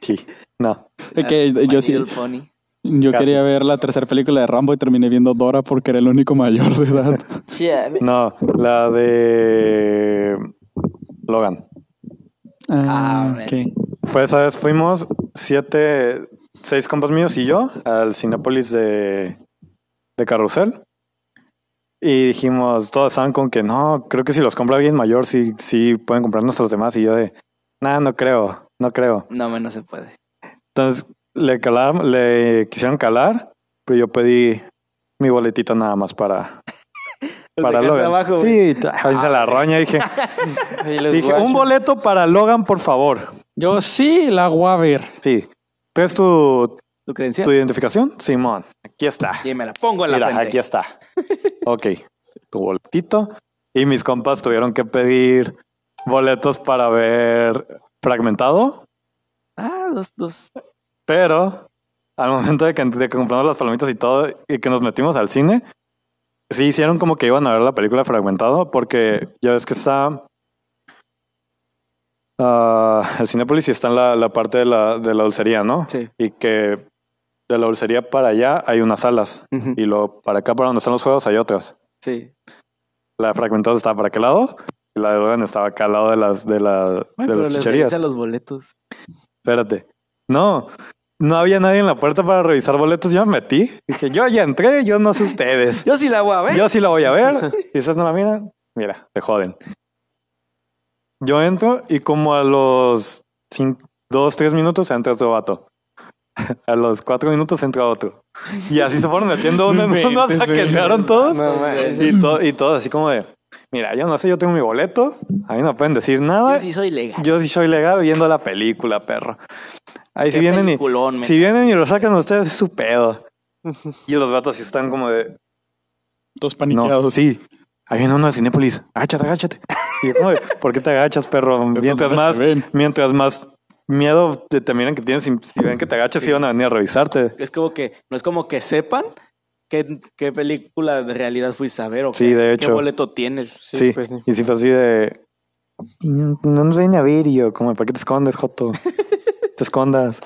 Speaker 2: Sí. No.
Speaker 1: Que
Speaker 3: My
Speaker 1: yo sí,
Speaker 3: Little Pony.
Speaker 1: yo
Speaker 2: Casi.
Speaker 1: quería ver la tercera película de Rambo y terminé viendo Dora porque era el único mayor de edad.
Speaker 4: Chale.
Speaker 2: No. La de. Logan.
Speaker 1: Ah,
Speaker 3: Ah,
Speaker 1: ok.
Speaker 2: Fue esa vez, Pues, fuimos siete, seis compas míos y yo al Cinépolis de, de Carrusel. Y dijimos, todos estaban con que no, creo que si los compra alguien mayor, sí, sí pueden comprarnos los demás. Y yo de, nada, no creo, no creo.
Speaker 3: No, me no se puede.
Speaker 2: Entonces le, calar, le quisieron calar, pero yo pedí mi boletito nada más para, para
Speaker 3: Los de casa
Speaker 2: Logan.
Speaker 3: abajo, güey.
Speaker 2: sí, ahí se la roña, dije,
Speaker 4: Y los
Speaker 2: dije
Speaker 4: guachos.
Speaker 2: un boleto para Logan, por favor.
Speaker 1: Yo sí la voy a ver.
Speaker 2: Sí. Entonces tu,
Speaker 3: ¿Tu creencia?
Speaker 2: ¿Tu identificación? Simón, aquí está.
Speaker 3: Y me la pongo en la
Speaker 2: Mira,
Speaker 3: frente.
Speaker 2: aquí está. Ok, tu boletito. Y mis compas tuvieron que pedir boletos para ver fragmentado,
Speaker 3: Ah, dos, dos.
Speaker 2: pero al momento de que, de que compramos las palomitas y todo y que nos metimos al cine, sí hicieron como que iban a ver la película fragmentado porque ya ves que está... ah, el Cinépolis y está en la, la parte de la, de la dulcería, ¿no?
Speaker 3: Sí.
Speaker 2: y que de la dulcería para allá hay unas salas
Speaker 3: Ujú.
Speaker 2: y luego para acá para donde están los juegos hay otras.
Speaker 3: Sí.
Speaker 2: La fragmentada estaba para aquel lado y la de Logan estaba acá al lado de las de, la,
Speaker 3: Ay,
Speaker 2: de
Speaker 3: pero
Speaker 2: las
Speaker 3: les
Speaker 2: chucherías.
Speaker 3: revisan los boletos.
Speaker 2: Espérate. No. No había nadie en la puerta para revisar boletos. Yo me metí. Dije, yo ya entré, yo no sé ustedes.
Speaker 3: Yo sí la voy a ver.
Speaker 2: Yo sí la voy a ver. Si ustedes no la miran, mira, se joden. Yo entro y como a los cinco, dos, tres minutos entra otro vato. A los cuatro minutos entra otro. Y así se fueron metiendo uno en uno hasta que entraron todos.
Speaker 4: No mames.
Speaker 2: Y, to- y todos así como de, mira, yo no sé, yo tengo mi boleto. A mí no pueden decir nada.
Speaker 3: Yo sí soy legal.
Speaker 2: Yo sí soy legal viendo la película, perro. Ahí si
Speaker 3: Qué
Speaker 2: vienen, y,
Speaker 3: peliculón, men.
Speaker 2: si vienen y lo sacan ustedes es su pedo. Y los vatos sí están como de...
Speaker 1: Todos
Speaker 2: No,
Speaker 1: paniqueados.
Speaker 2: sí. Ahí viene uno de Cinépolis. Agáchate, agáchate. Y yo como de, ¿por qué te agachas, perro? Mientras
Speaker 1: cuando
Speaker 2: más,
Speaker 1: te ven.
Speaker 2: mientras más miedo te, te miran que tienes, si si ven que te agachas, iban a venir a revisarte.
Speaker 3: Es como que, no es como que sepan qué, qué película de realidad fuiste a ver o
Speaker 2: Sí,
Speaker 3: qué,
Speaker 2: de
Speaker 3: qué
Speaker 2: hecho.
Speaker 3: boleto tienes.
Speaker 2: Sí.
Speaker 4: pues sí.
Speaker 2: Y si fue así de... No nos ven a ver y yo, como, ¿para qué te escondes, Joto? te escondas.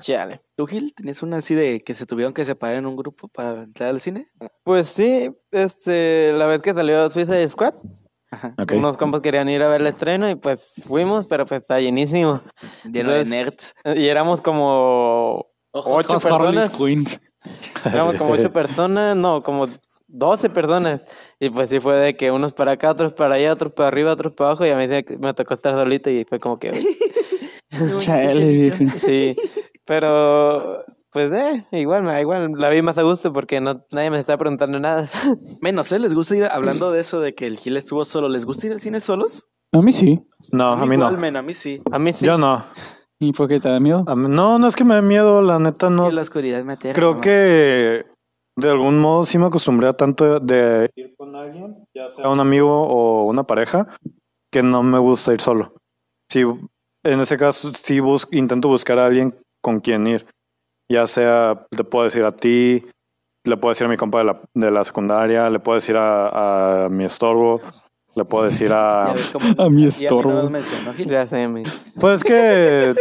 Speaker 4: Chale.
Speaker 3: ¿Tú, Gil, tenías una así de que se tuvieron que separar en un grupo para entrar al cine?
Speaker 4: Pues sí, este, la vez que salió Suicide Squad,
Speaker 2: Ok.
Speaker 4: unos compas querían ir a ver el estreno y pues fuimos, pero pues está llenísimo.
Speaker 3: Lleno de
Speaker 4: Entonces-
Speaker 3: nerds.
Speaker 4: Y éramos como ocho
Speaker 1: Todas Harley
Speaker 4: personas.
Speaker 1: Quinn.
Speaker 4: Éramos como ocho personas, no, como doce personas. Y pues sí fue de que unos para acá, otros para allá, otros para arriba, otros para abajo. Y a mí sí me tocó estar solito y fue como que... uy,
Speaker 1: Chale, viejo.
Speaker 4: Sí, pero pues eh, igual, me da igual la vi más a gusto porque no nadie me está preguntando nada.
Speaker 3: Menos, ¿eh? ¿Les gusta ir, hablando de eso de que el Gil estuvo solo, ¿les gusta ir al cine solos?
Speaker 1: A mí sí.
Speaker 2: No, a mí no.
Speaker 3: igual, men, a mí sí.
Speaker 4: A mí sí.
Speaker 2: Yo no.
Speaker 1: ¿Y por qué te da miedo?
Speaker 2: A mí- No, no es que me dé miedo, la neta,
Speaker 3: Es
Speaker 2: no.
Speaker 3: que la oscuridad me aterra.
Speaker 2: Creo
Speaker 3: mamá.
Speaker 2: que de algún modo sí me acostumbré a tanto de ir con alguien, ya sea un amigo o una pareja, que no me gusta ir solo. Sí, en ese caso, sí bus- intento buscar a alguien con quien ir. Ya sea, te puedo decir a ti, le puedo decir a mi compa de la, de la secundaria, le puedo decir a, a mi estorbo, le puedo decir
Speaker 3: Ya
Speaker 2: a...
Speaker 3: ves cómo-
Speaker 1: A mi
Speaker 3: ya
Speaker 1: estorbo.
Speaker 3: no lo mencionó, Gil.
Speaker 4: Ya sé, mi.
Speaker 2: Pues que...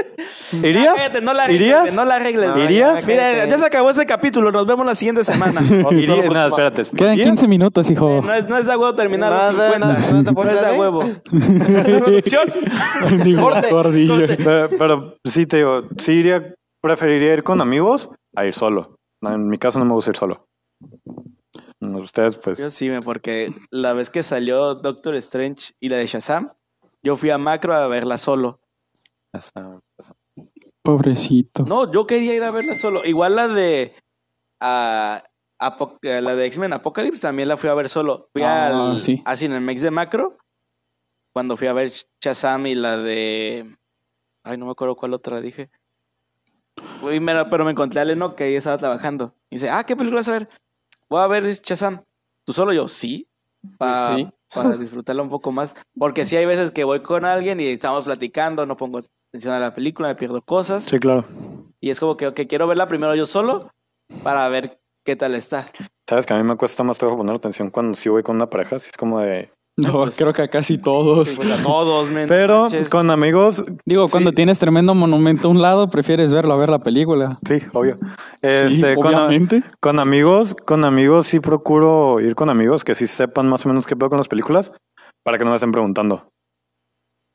Speaker 2: ¿Irías?
Speaker 3: Ah, Cállate, no la arregles,
Speaker 2: ¿Irías?
Speaker 3: No la arregles.
Speaker 4: No,
Speaker 3: güey.
Speaker 2: ¿Irías?
Speaker 3: Mira, ya se acabó ese capítulo. Nos vemos la siguiente semana.
Speaker 2: ¿Irías? No, espérate.
Speaker 1: Quedan
Speaker 2: ¿irías?
Speaker 1: 15 minutos, hijo.
Speaker 3: No es, no es de huevo terminar
Speaker 4: No,
Speaker 3: los
Speaker 4: no,
Speaker 3: 50.
Speaker 4: no, no te
Speaker 3: No
Speaker 4: pones
Speaker 3: es
Speaker 4: la
Speaker 3: de
Speaker 4: ley.
Speaker 3: huevo. Producción.
Speaker 1: Digo,
Speaker 4: Corte,
Speaker 1: gordillo.
Speaker 2: Pero, pero sí te digo, sí iría, preferiría ir con amigos a ir solo. No, En mi caso no me gusta ir solo. Ustedes,
Speaker 3: Yo
Speaker 2: pues.
Speaker 3: sí, men, porque la vez que salió Doctor Strange y la de Shazam, yo fui a Macro a verla solo.
Speaker 1: Pobrecito.
Speaker 3: No, yo quería ir a verla solo. Igual la de ah, Apo- eh, la de X-Men Apocalypse también la fui a ver solo. Fui
Speaker 1: Ah,
Speaker 3: al
Speaker 1: sí.
Speaker 3: a Cinemex de Macro cuando fui a ver Shazam y la de ay, no me acuerdo cuál otra dije. Uy, mira, pero me encontré a Leno que ahí estaba trabajando. Y dice, "Ah, ¿qué película vas a ver?" Voy a ver Shazam. ¿Tú solo? Yo, "Sí." Pa-
Speaker 4: Pues sí.
Speaker 3: Para disfrutarla un poco más. Porque sí hay veces que voy con alguien y estamos platicando, no pongo atención a la película, me pierdo cosas.
Speaker 2: Sí, claro.
Speaker 3: Y es como que ok, quiero verla primero yo solo para ver qué tal está.
Speaker 2: Sabes que a mí me cuesta más trabajo poner atención cuando sí voy con una pareja. Así es como de.
Speaker 1: No, creo que a casi todos.
Speaker 3: Pues a todos, men,
Speaker 2: Pero
Speaker 3: manches.
Speaker 2: con amigos,
Speaker 1: Digo,
Speaker 2: Sí.
Speaker 1: cuando tienes tremendo monumento a un lado, prefieres verlo a ver la película.
Speaker 2: sí, obvio.
Speaker 1: Sí,
Speaker 2: Este, con, a-
Speaker 1: obviamente.
Speaker 2: con amigos, con amigos sí procuro ir con amigos que sí sepan más o menos qué veo con las películas para que no me estén preguntando.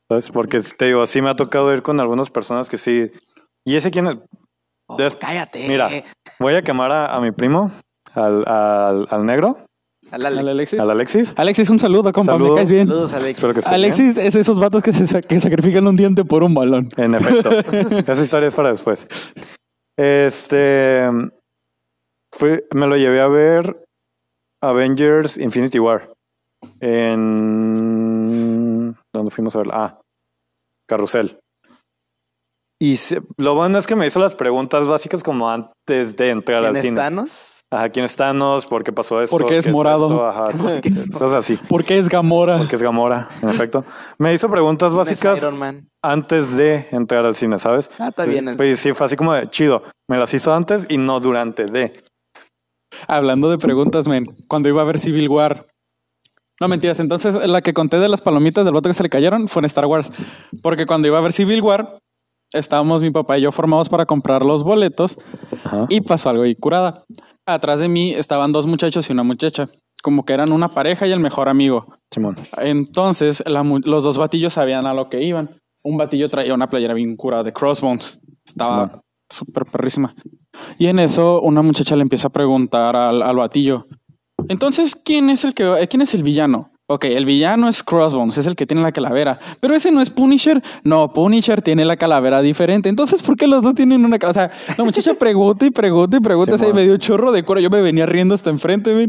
Speaker 2: ¿Sabes? Porque te digo, sí me ha tocado ir con algunas personas que sí. ¿Y ese quién es?
Speaker 3: Oh,
Speaker 2: des-
Speaker 3: cállate.
Speaker 2: Mira. Voy a quemar a, a mi primo, al, al, al negro,
Speaker 3: Al Alex.
Speaker 1: Al Alexis.
Speaker 2: al Alexis.
Speaker 1: Alexis, un saludo, compa.
Speaker 2: Saludo.
Speaker 1: Me caes bien.
Speaker 3: Saludos, Alex.
Speaker 2: Espero que esté
Speaker 1: Alexis es esos vatos que, se sa- que sacrifican un diente por un balón.
Speaker 2: bien. En efecto. Esa historia es para después. Este. Fui, me lo llevé a ver Avengers Infinity War. En. ¿Dónde fuimos a verla? Ah, Carrusel. Y se- lo bueno es que me hizo las preguntas básicas como antes de entrar
Speaker 3: ¿Quién
Speaker 2: al
Speaker 3: es
Speaker 2: cine.
Speaker 3: Thanos?
Speaker 2: Ajá, ¿quién es Thanos? ¿Por qué pasó esto?
Speaker 1: ¿Por qué es
Speaker 2: esto?
Speaker 1: morado?
Speaker 2: Ajá,
Speaker 3: qué es
Speaker 2: cosas así.
Speaker 1: ¿Por qué es Gamora?
Speaker 2: que es Gamora, en efecto. Me hizo preguntas
Speaker 3: ¿Quién es
Speaker 2: básicas
Speaker 3: Iron Man.
Speaker 2: antes de entrar al cine, ¿sabes?
Speaker 3: Ah, está
Speaker 2: Sí,
Speaker 3: bien.
Speaker 2: Pues sí, fue así como de chido. Me las hizo antes y no durante de.
Speaker 1: Hablando de preguntas, men, cuando iba a ver Civil War. No mentiras, entonces la que conté de las palomitas del vato que se le cayeron fue en Star Wars. Porque cuando iba a ver Civil War, estábamos mi papá y yo formados para comprar los boletos
Speaker 2: Ajá.
Speaker 1: y pasó algo ahí curada. Atrás de mí estaban dos muchachos y una muchacha, como que eran una pareja y el mejor amigo.
Speaker 2: Simón.
Speaker 1: Entonces, la mu- los dos batillos sabían a lo que iban. Un batillo traía una playera bien curada de Crossbones. Estaba súper perrísima. Y en eso una muchacha le empieza a preguntar al, al batillo. Entonces, ¿quién es el que eh, quién es el villano? Ok, el villano es Crossbones, es el que tiene la calavera. Pero ese no es Punisher. No, Punisher tiene la calavera diferente. Entonces, ¿por qué los dos tienen una calavera? O sea, la muchacha pregunta y pregunta y pregunta. o sea, y me dio chorro de cuero. Yo me venía riendo hasta enfrente, men.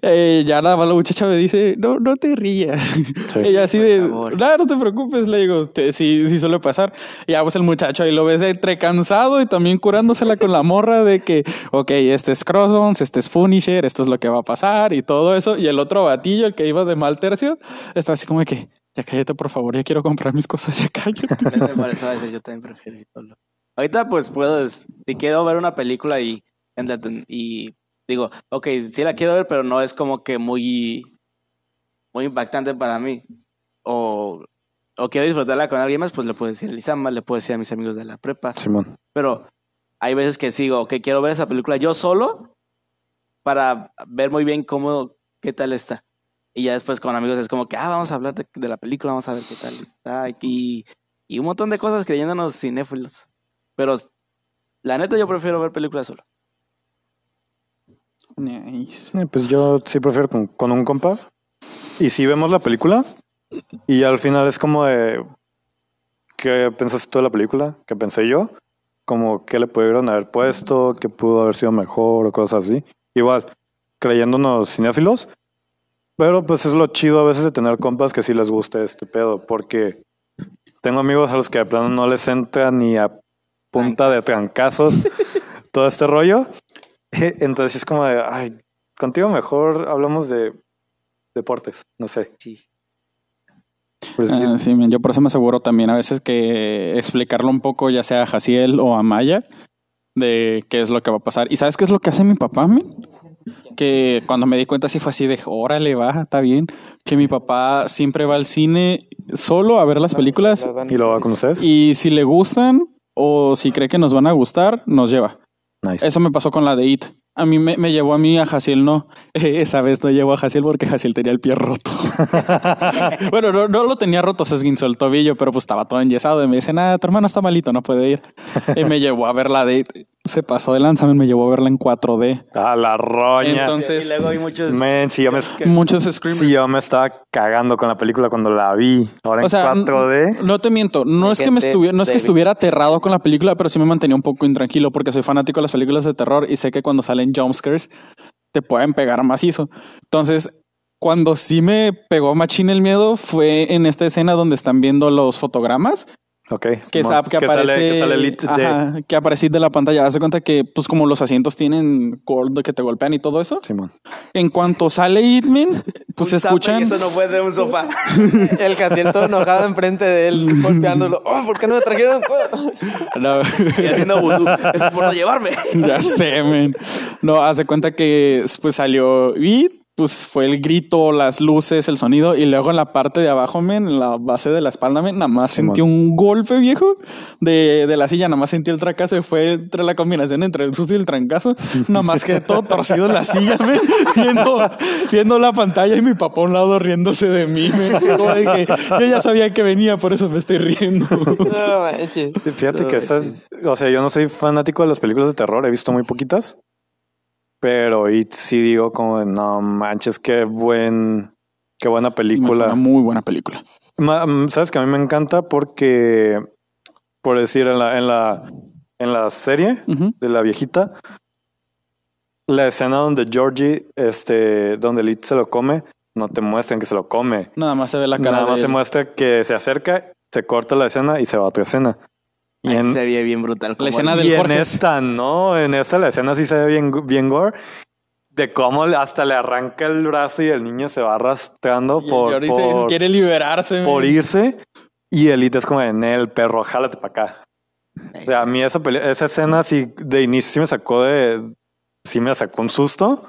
Speaker 1: Eh, ya nada más la muchacha me dice, no, no te rías. Ella así de, "Nah, no te preocupes, le digo, te- sí, sí suele pasar. Y ya pues el muchacho ahí lo ves entre cansado y también curándosela con la morra de que, ok, este es Crossbones, este es Punisher, esto es lo que va a pasar y todo eso. Y el otro batillo, el que iba de mal tercio, está así como de que, ya cállate por favor, ya quiero comprar mis cosas, ya cállate.
Speaker 3: Me parece a veces yo también prefiero ir solo. Ahorita pues puedo, es- si quiero ver una película y, entreten- y digo, ok, sí la quiero ver, pero no es como que muy, muy impactante para mí. O, o quiero disfrutarla con alguien más, pues le puedo decir a Lizama, le puedo decir a mis amigos de la prepa.
Speaker 2: Simón.
Speaker 3: Pero hay veces que sigo, ok, quiero ver esa película yo solo para ver muy bien cómo, qué tal está. Y ya después con amigos es como que, ah, vamos a hablar de, de la película, vamos a ver qué tal está aquí. Y un montón de cosas creyéndonos cinéfilos. Pero la neta yo prefiero ver películas solo.
Speaker 1: Nice.
Speaker 2: Eh, pues yo sí prefiero con, con un compa. Y si vemos la película, y al final es como de. ¿Qué pensaste tú de la película? ¿Qué pensé yo? Como qué le pudieron haber puesto, qué pudo haber sido mejor o cosas así. Igual, creyéndonos cinéfilos. Pero pues es lo chido a veces de tener compas que sí les gusta este pedo, porque tengo amigos a los que de plano no les entra ni a punta de trancazos todo este rollo. Entonces es como de, ay, Contigo mejor hablamos de deportes, no sé. Pues,
Speaker 3: Sí.
Speaker 2: Por eso sí,
Speaker 1: Ah, sí, men, yo por eso me aseguro también a veces que explicarlo un poco, ya sea a Jaciel o a Maya, de qué es lo que va a pasar. ¿Y sabes qué es lo que hace mi papá, men? Que cuando me di cuenta sí fue así de, órale, va, está bien. Que mi papá siempre va al cine solo a ver las películas
Speaker 2: ¿Y lo va con ustedes?
Speaker 1: y si le gustan o si cree que nos van a gustar, nos lleva.
Speaker 2: Nice.
Speaker 1: Eso me pasó con la de It. A mí me, me llevó a mí, a Jaciel no. Eh, esa vez no llevó a Jaciel porque Jaciel tenía el pie roto. bueno, no, no lo tenía roto, se esguinzó el tobillo, pero pues estaba todo enyesado. Y me dice, nada, tu hermano está malito, no puede ir. Y me llevó a ver la de It. Se pasó de lanza, men, me llevó a verla en 4D.
Speaker 2: Ah, la roña.
Speaker 1: Entonces-
Speaker 3: y luego hay muchos...
Speaker 2: Men, si yo, me,
Speaker 1: Muchos screamers.
Speaker 2: si yo me estaba cagando con la película cuando la vi. Ahora
Speaker 1: O sea,
Speaker 2: en 4D.
Speaker 1: no te miento, no
Speaker 4: Hay
Speaker 1: es que me
Speaker 4: gente
Speaker 1: estuviera, no es que
Speaker 4: débil.
Speaker 1: estuviera aterrado con la película, pero sí me mantenía un poco intranquilo porque soy fanático de las películas de terror y sé que cuando salen jumpscares te pueden pegar macizo. Entonces, cuando sí me pegó machín el miedo fue en esta escena donde están viendo los fotogramas
Speaker 2: Ok.
Speaker 1: que,
Speaker 2: Simón.
Speaker 1: sa- que aparece
Speaker 2: sale, que sale Elite de-
Speaker 1: ajá, que aparece de la pantalla. Hace cuenta que pues como los asientos tienen gold que te golpean y todo eso.
Speaker 2: Simón.
Speaker 1: En cuanto sale Hitman, pues
Speaker 3: un zape
Speaker 1: escuchan
Speaker 3: y Eso no fue de un sofá.
Speaker 4: El Jatiel todo enojado enfrente de él, golpeándolo. Oh, ¿por qué no me trajeron?
Speaker 1: No.
Speaker 3: y haciendo vudú. Es por no llevarme.
Speaker 1: Ya sé, men. No, haz de cuenta que pues salió y pues fue el grito, las luces, el sonido y luego en la parte de abajo, men, en la base de la espalda, men, nada más
Speaker 2: Simón.
Speaker 1: sentí un golpe viejo de, de la silla, nada más sentí el trancazo y fue entre la combinación entre el susto y el trancazo, nada más que todo torcido en la silla, men, viendo, viendo la pantalla y mi papá a un lado riéndose de mí, men. Así como de que yo ya sabía que venía, por eso me estoy riendo.
Speaker 4: No manches.
Speaker 2: Fíjate que esas. O sea, yo no soy fanático de las películas de terror. He visto muy poquitas. Pero It sí digo como de, no manches, qué buen. Qué buena
Speaker 1: Sí, men, fue
Speaker 2: película.
Speaker 1: una muy buena película.
Speaker 2: Ma- mm, Sabes que a mí me encanta porque, por decir, en la, en la, en la serie
Speaker 1: Ujú.
Speaker 2: de la viejita, la escena donde Georgie, este, donde Lit se lo come, no te muestran que se lo come.
Speaker 1: Nada más se ve la cara
Speaker 2: Nada más
Speaker 1: de
Speaker 2: se
Speaker 1: él.
Speaker 2: muestra que se acerca, se corta la escena y se va a otra escena. Y
Speaker 3: Ahí
Speaker 2: en,
Speaker 3: Se ve bien brutal. como-
Speaker 1: escena de-
Speaker 2: y
Speaker 1: del
Speaker 2: en
Speaker 1: Jorge.
Speaker 2: esta, no, en esta la escena sí se ve bien, bien gore. De cómo hasta le arranca el brazo y el niño se va arrastrando
Speaker 1: Y
Speaker 2: por,
Speaker 1: el Jordi se-
Speaker 2: por-
Speaker 1: quiere liberarse.
Speaker 2: por
Speaker 1: men.
Speaker 2: irse y Elite es como en el perro, jálate para acá. O sea, a mí esa, peli- esa escena sí de inicio sí me sacó de. Sí me sacó un susto.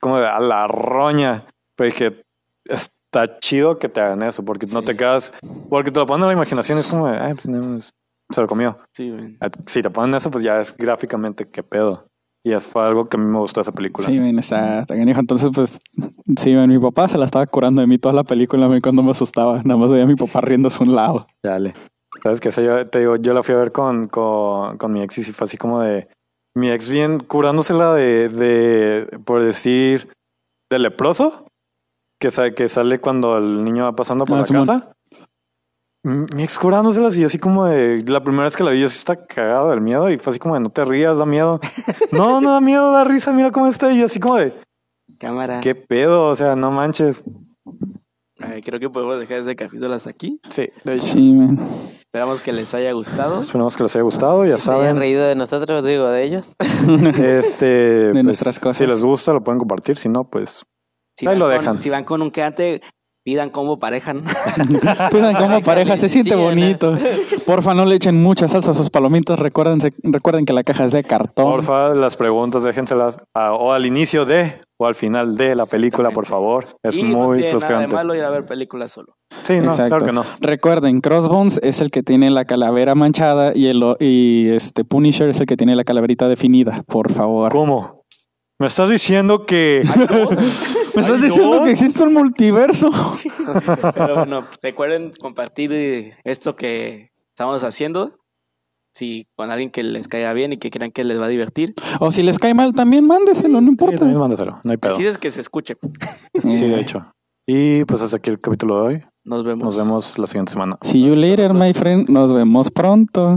Speaker 2: Como de a la roña. Pero dije, está chido que te hagan eso, porque no
Speaker 3: Sí.
Speaker 2: te quedas. Porque te lo ponen a la imaginación, es como de, ay, pues no, es- se lo comió.
Speaker 3: Sí, güey.
Speaker 2: Si te ponen eso, pues ya es gráficamente qué pedo. Y es- fue algo que a mí me gustó de esa película.
Speaker 1: Sí, men, está, está canijo. Entonces, pues, sí, men, mi papá se la estaba curando de mí toda la película, men, cuando me asustaba. Nada más veía a mi papá riéndose a un lado.
Speaker 2: Dale. ¿Sabes qué? Esa yo, te digo, yo la fui a ver con, con, con mi ex y sí fue así como de... Mi ex bien curándosela de, de por decir, de leproso, que, sa- que sale cuando el niño va pasando por
Speaker 1: Ah,
Speaker 2: la
Speaker 1: Simón.
Speaker 2: casa. Mi mi ex curándoselas y yo así como de... La primera vez que la vi yo sí está cagado del miedo y fue así como de no te rías, da miedo. no, no da miedo, da risa, mira cómo está. Y yo así como de...
Speaker 3: Cámara.
Speaker 2: ¿Qué pedo? O sea, no manches.
Speaker 3: Ay, creo que podemos dejar este capítulo hasta aquí.
Speaker 2: Sí,
Speaker 1: Sí, man.
Speaker 3: Esperamos que les haya gustado.
Speaker 2: esperamos que les haya gustado, ya
Speaker 4: Se hayan
Speaker 2: saben.
Speaker 4: reído de nosotros, digo, de ellos.
Speaker 2: Este, de
Speaker 1: nuestras cosas.
Speaker 2: Si les gusta, lo pueden compartir. Si no, pues
Speaker 3: Si
Speaker 2: Ahí
Speaker 3: van
Speaker 2: lo
Speaker 3: con-
Speaker 2: dejan.
Speaker 3: si van con un quedante, pidan combo pareja. ¿no?
Speaker 1: Pidan como pareja, se siente
Speaker 4: Sí,
Speaker 1: bonito. Porfa, no le echen mucha salsa a sus palomitas. Recuérdense, recuerden que la caja es de cartón.
Speaker 2: porfa, las preguntas déjenselas a- o al inicio de o al final de la película, por favor. Es
Speaker 3: Y no
Speaker 2: muy
Speaker 3: tiene Nada de
Speaker 2: frustrante.
Speaker 3: malo ir a ver películas solo.
Speaker 2: Sí, no,
Speaker 1: Exacto.
Speaker 2: claro que no.
Speaker 1: Recuerden, Crossbones es el que tiene la calavera manchada y el o- y este Punisher es el que tiene la calaverita definida, por favor.
Speaker 2: ¿Cómo? ¿Me estás diciendo que
Speaker 1: ¿Me estás
Speaker 2: Ay,
Speaker 1: diciendo
Speaker 2: no.
Speaker 1: que existe un multiverso?
Speaker 3: Pero bueno, recuerden compartir eh, esto que estamos haciendo. Si con alguien que les caiga bien y que crean que les va a divertir.
Speaker 1: O si les cae mal también, mándeselo, no
Speaker 2: Sí, también
Speaker 1: importa.
Speaker 2: mándaselo, no hay
Speaker 3: El
Speaker 2: pedo.
Speaker 3: chiste es que se escuche.
Speaker 2: Sí, de
Speaker 1: Eh,
Speaker 2: hecho. Y pues hasta aquí el capítulo de hoy.
Speaker 3: Nos vemos.
Speaker 2: Nos vemos la siguiente semana.
Speaker 1: See you later, my friend. Nos vemos pronto.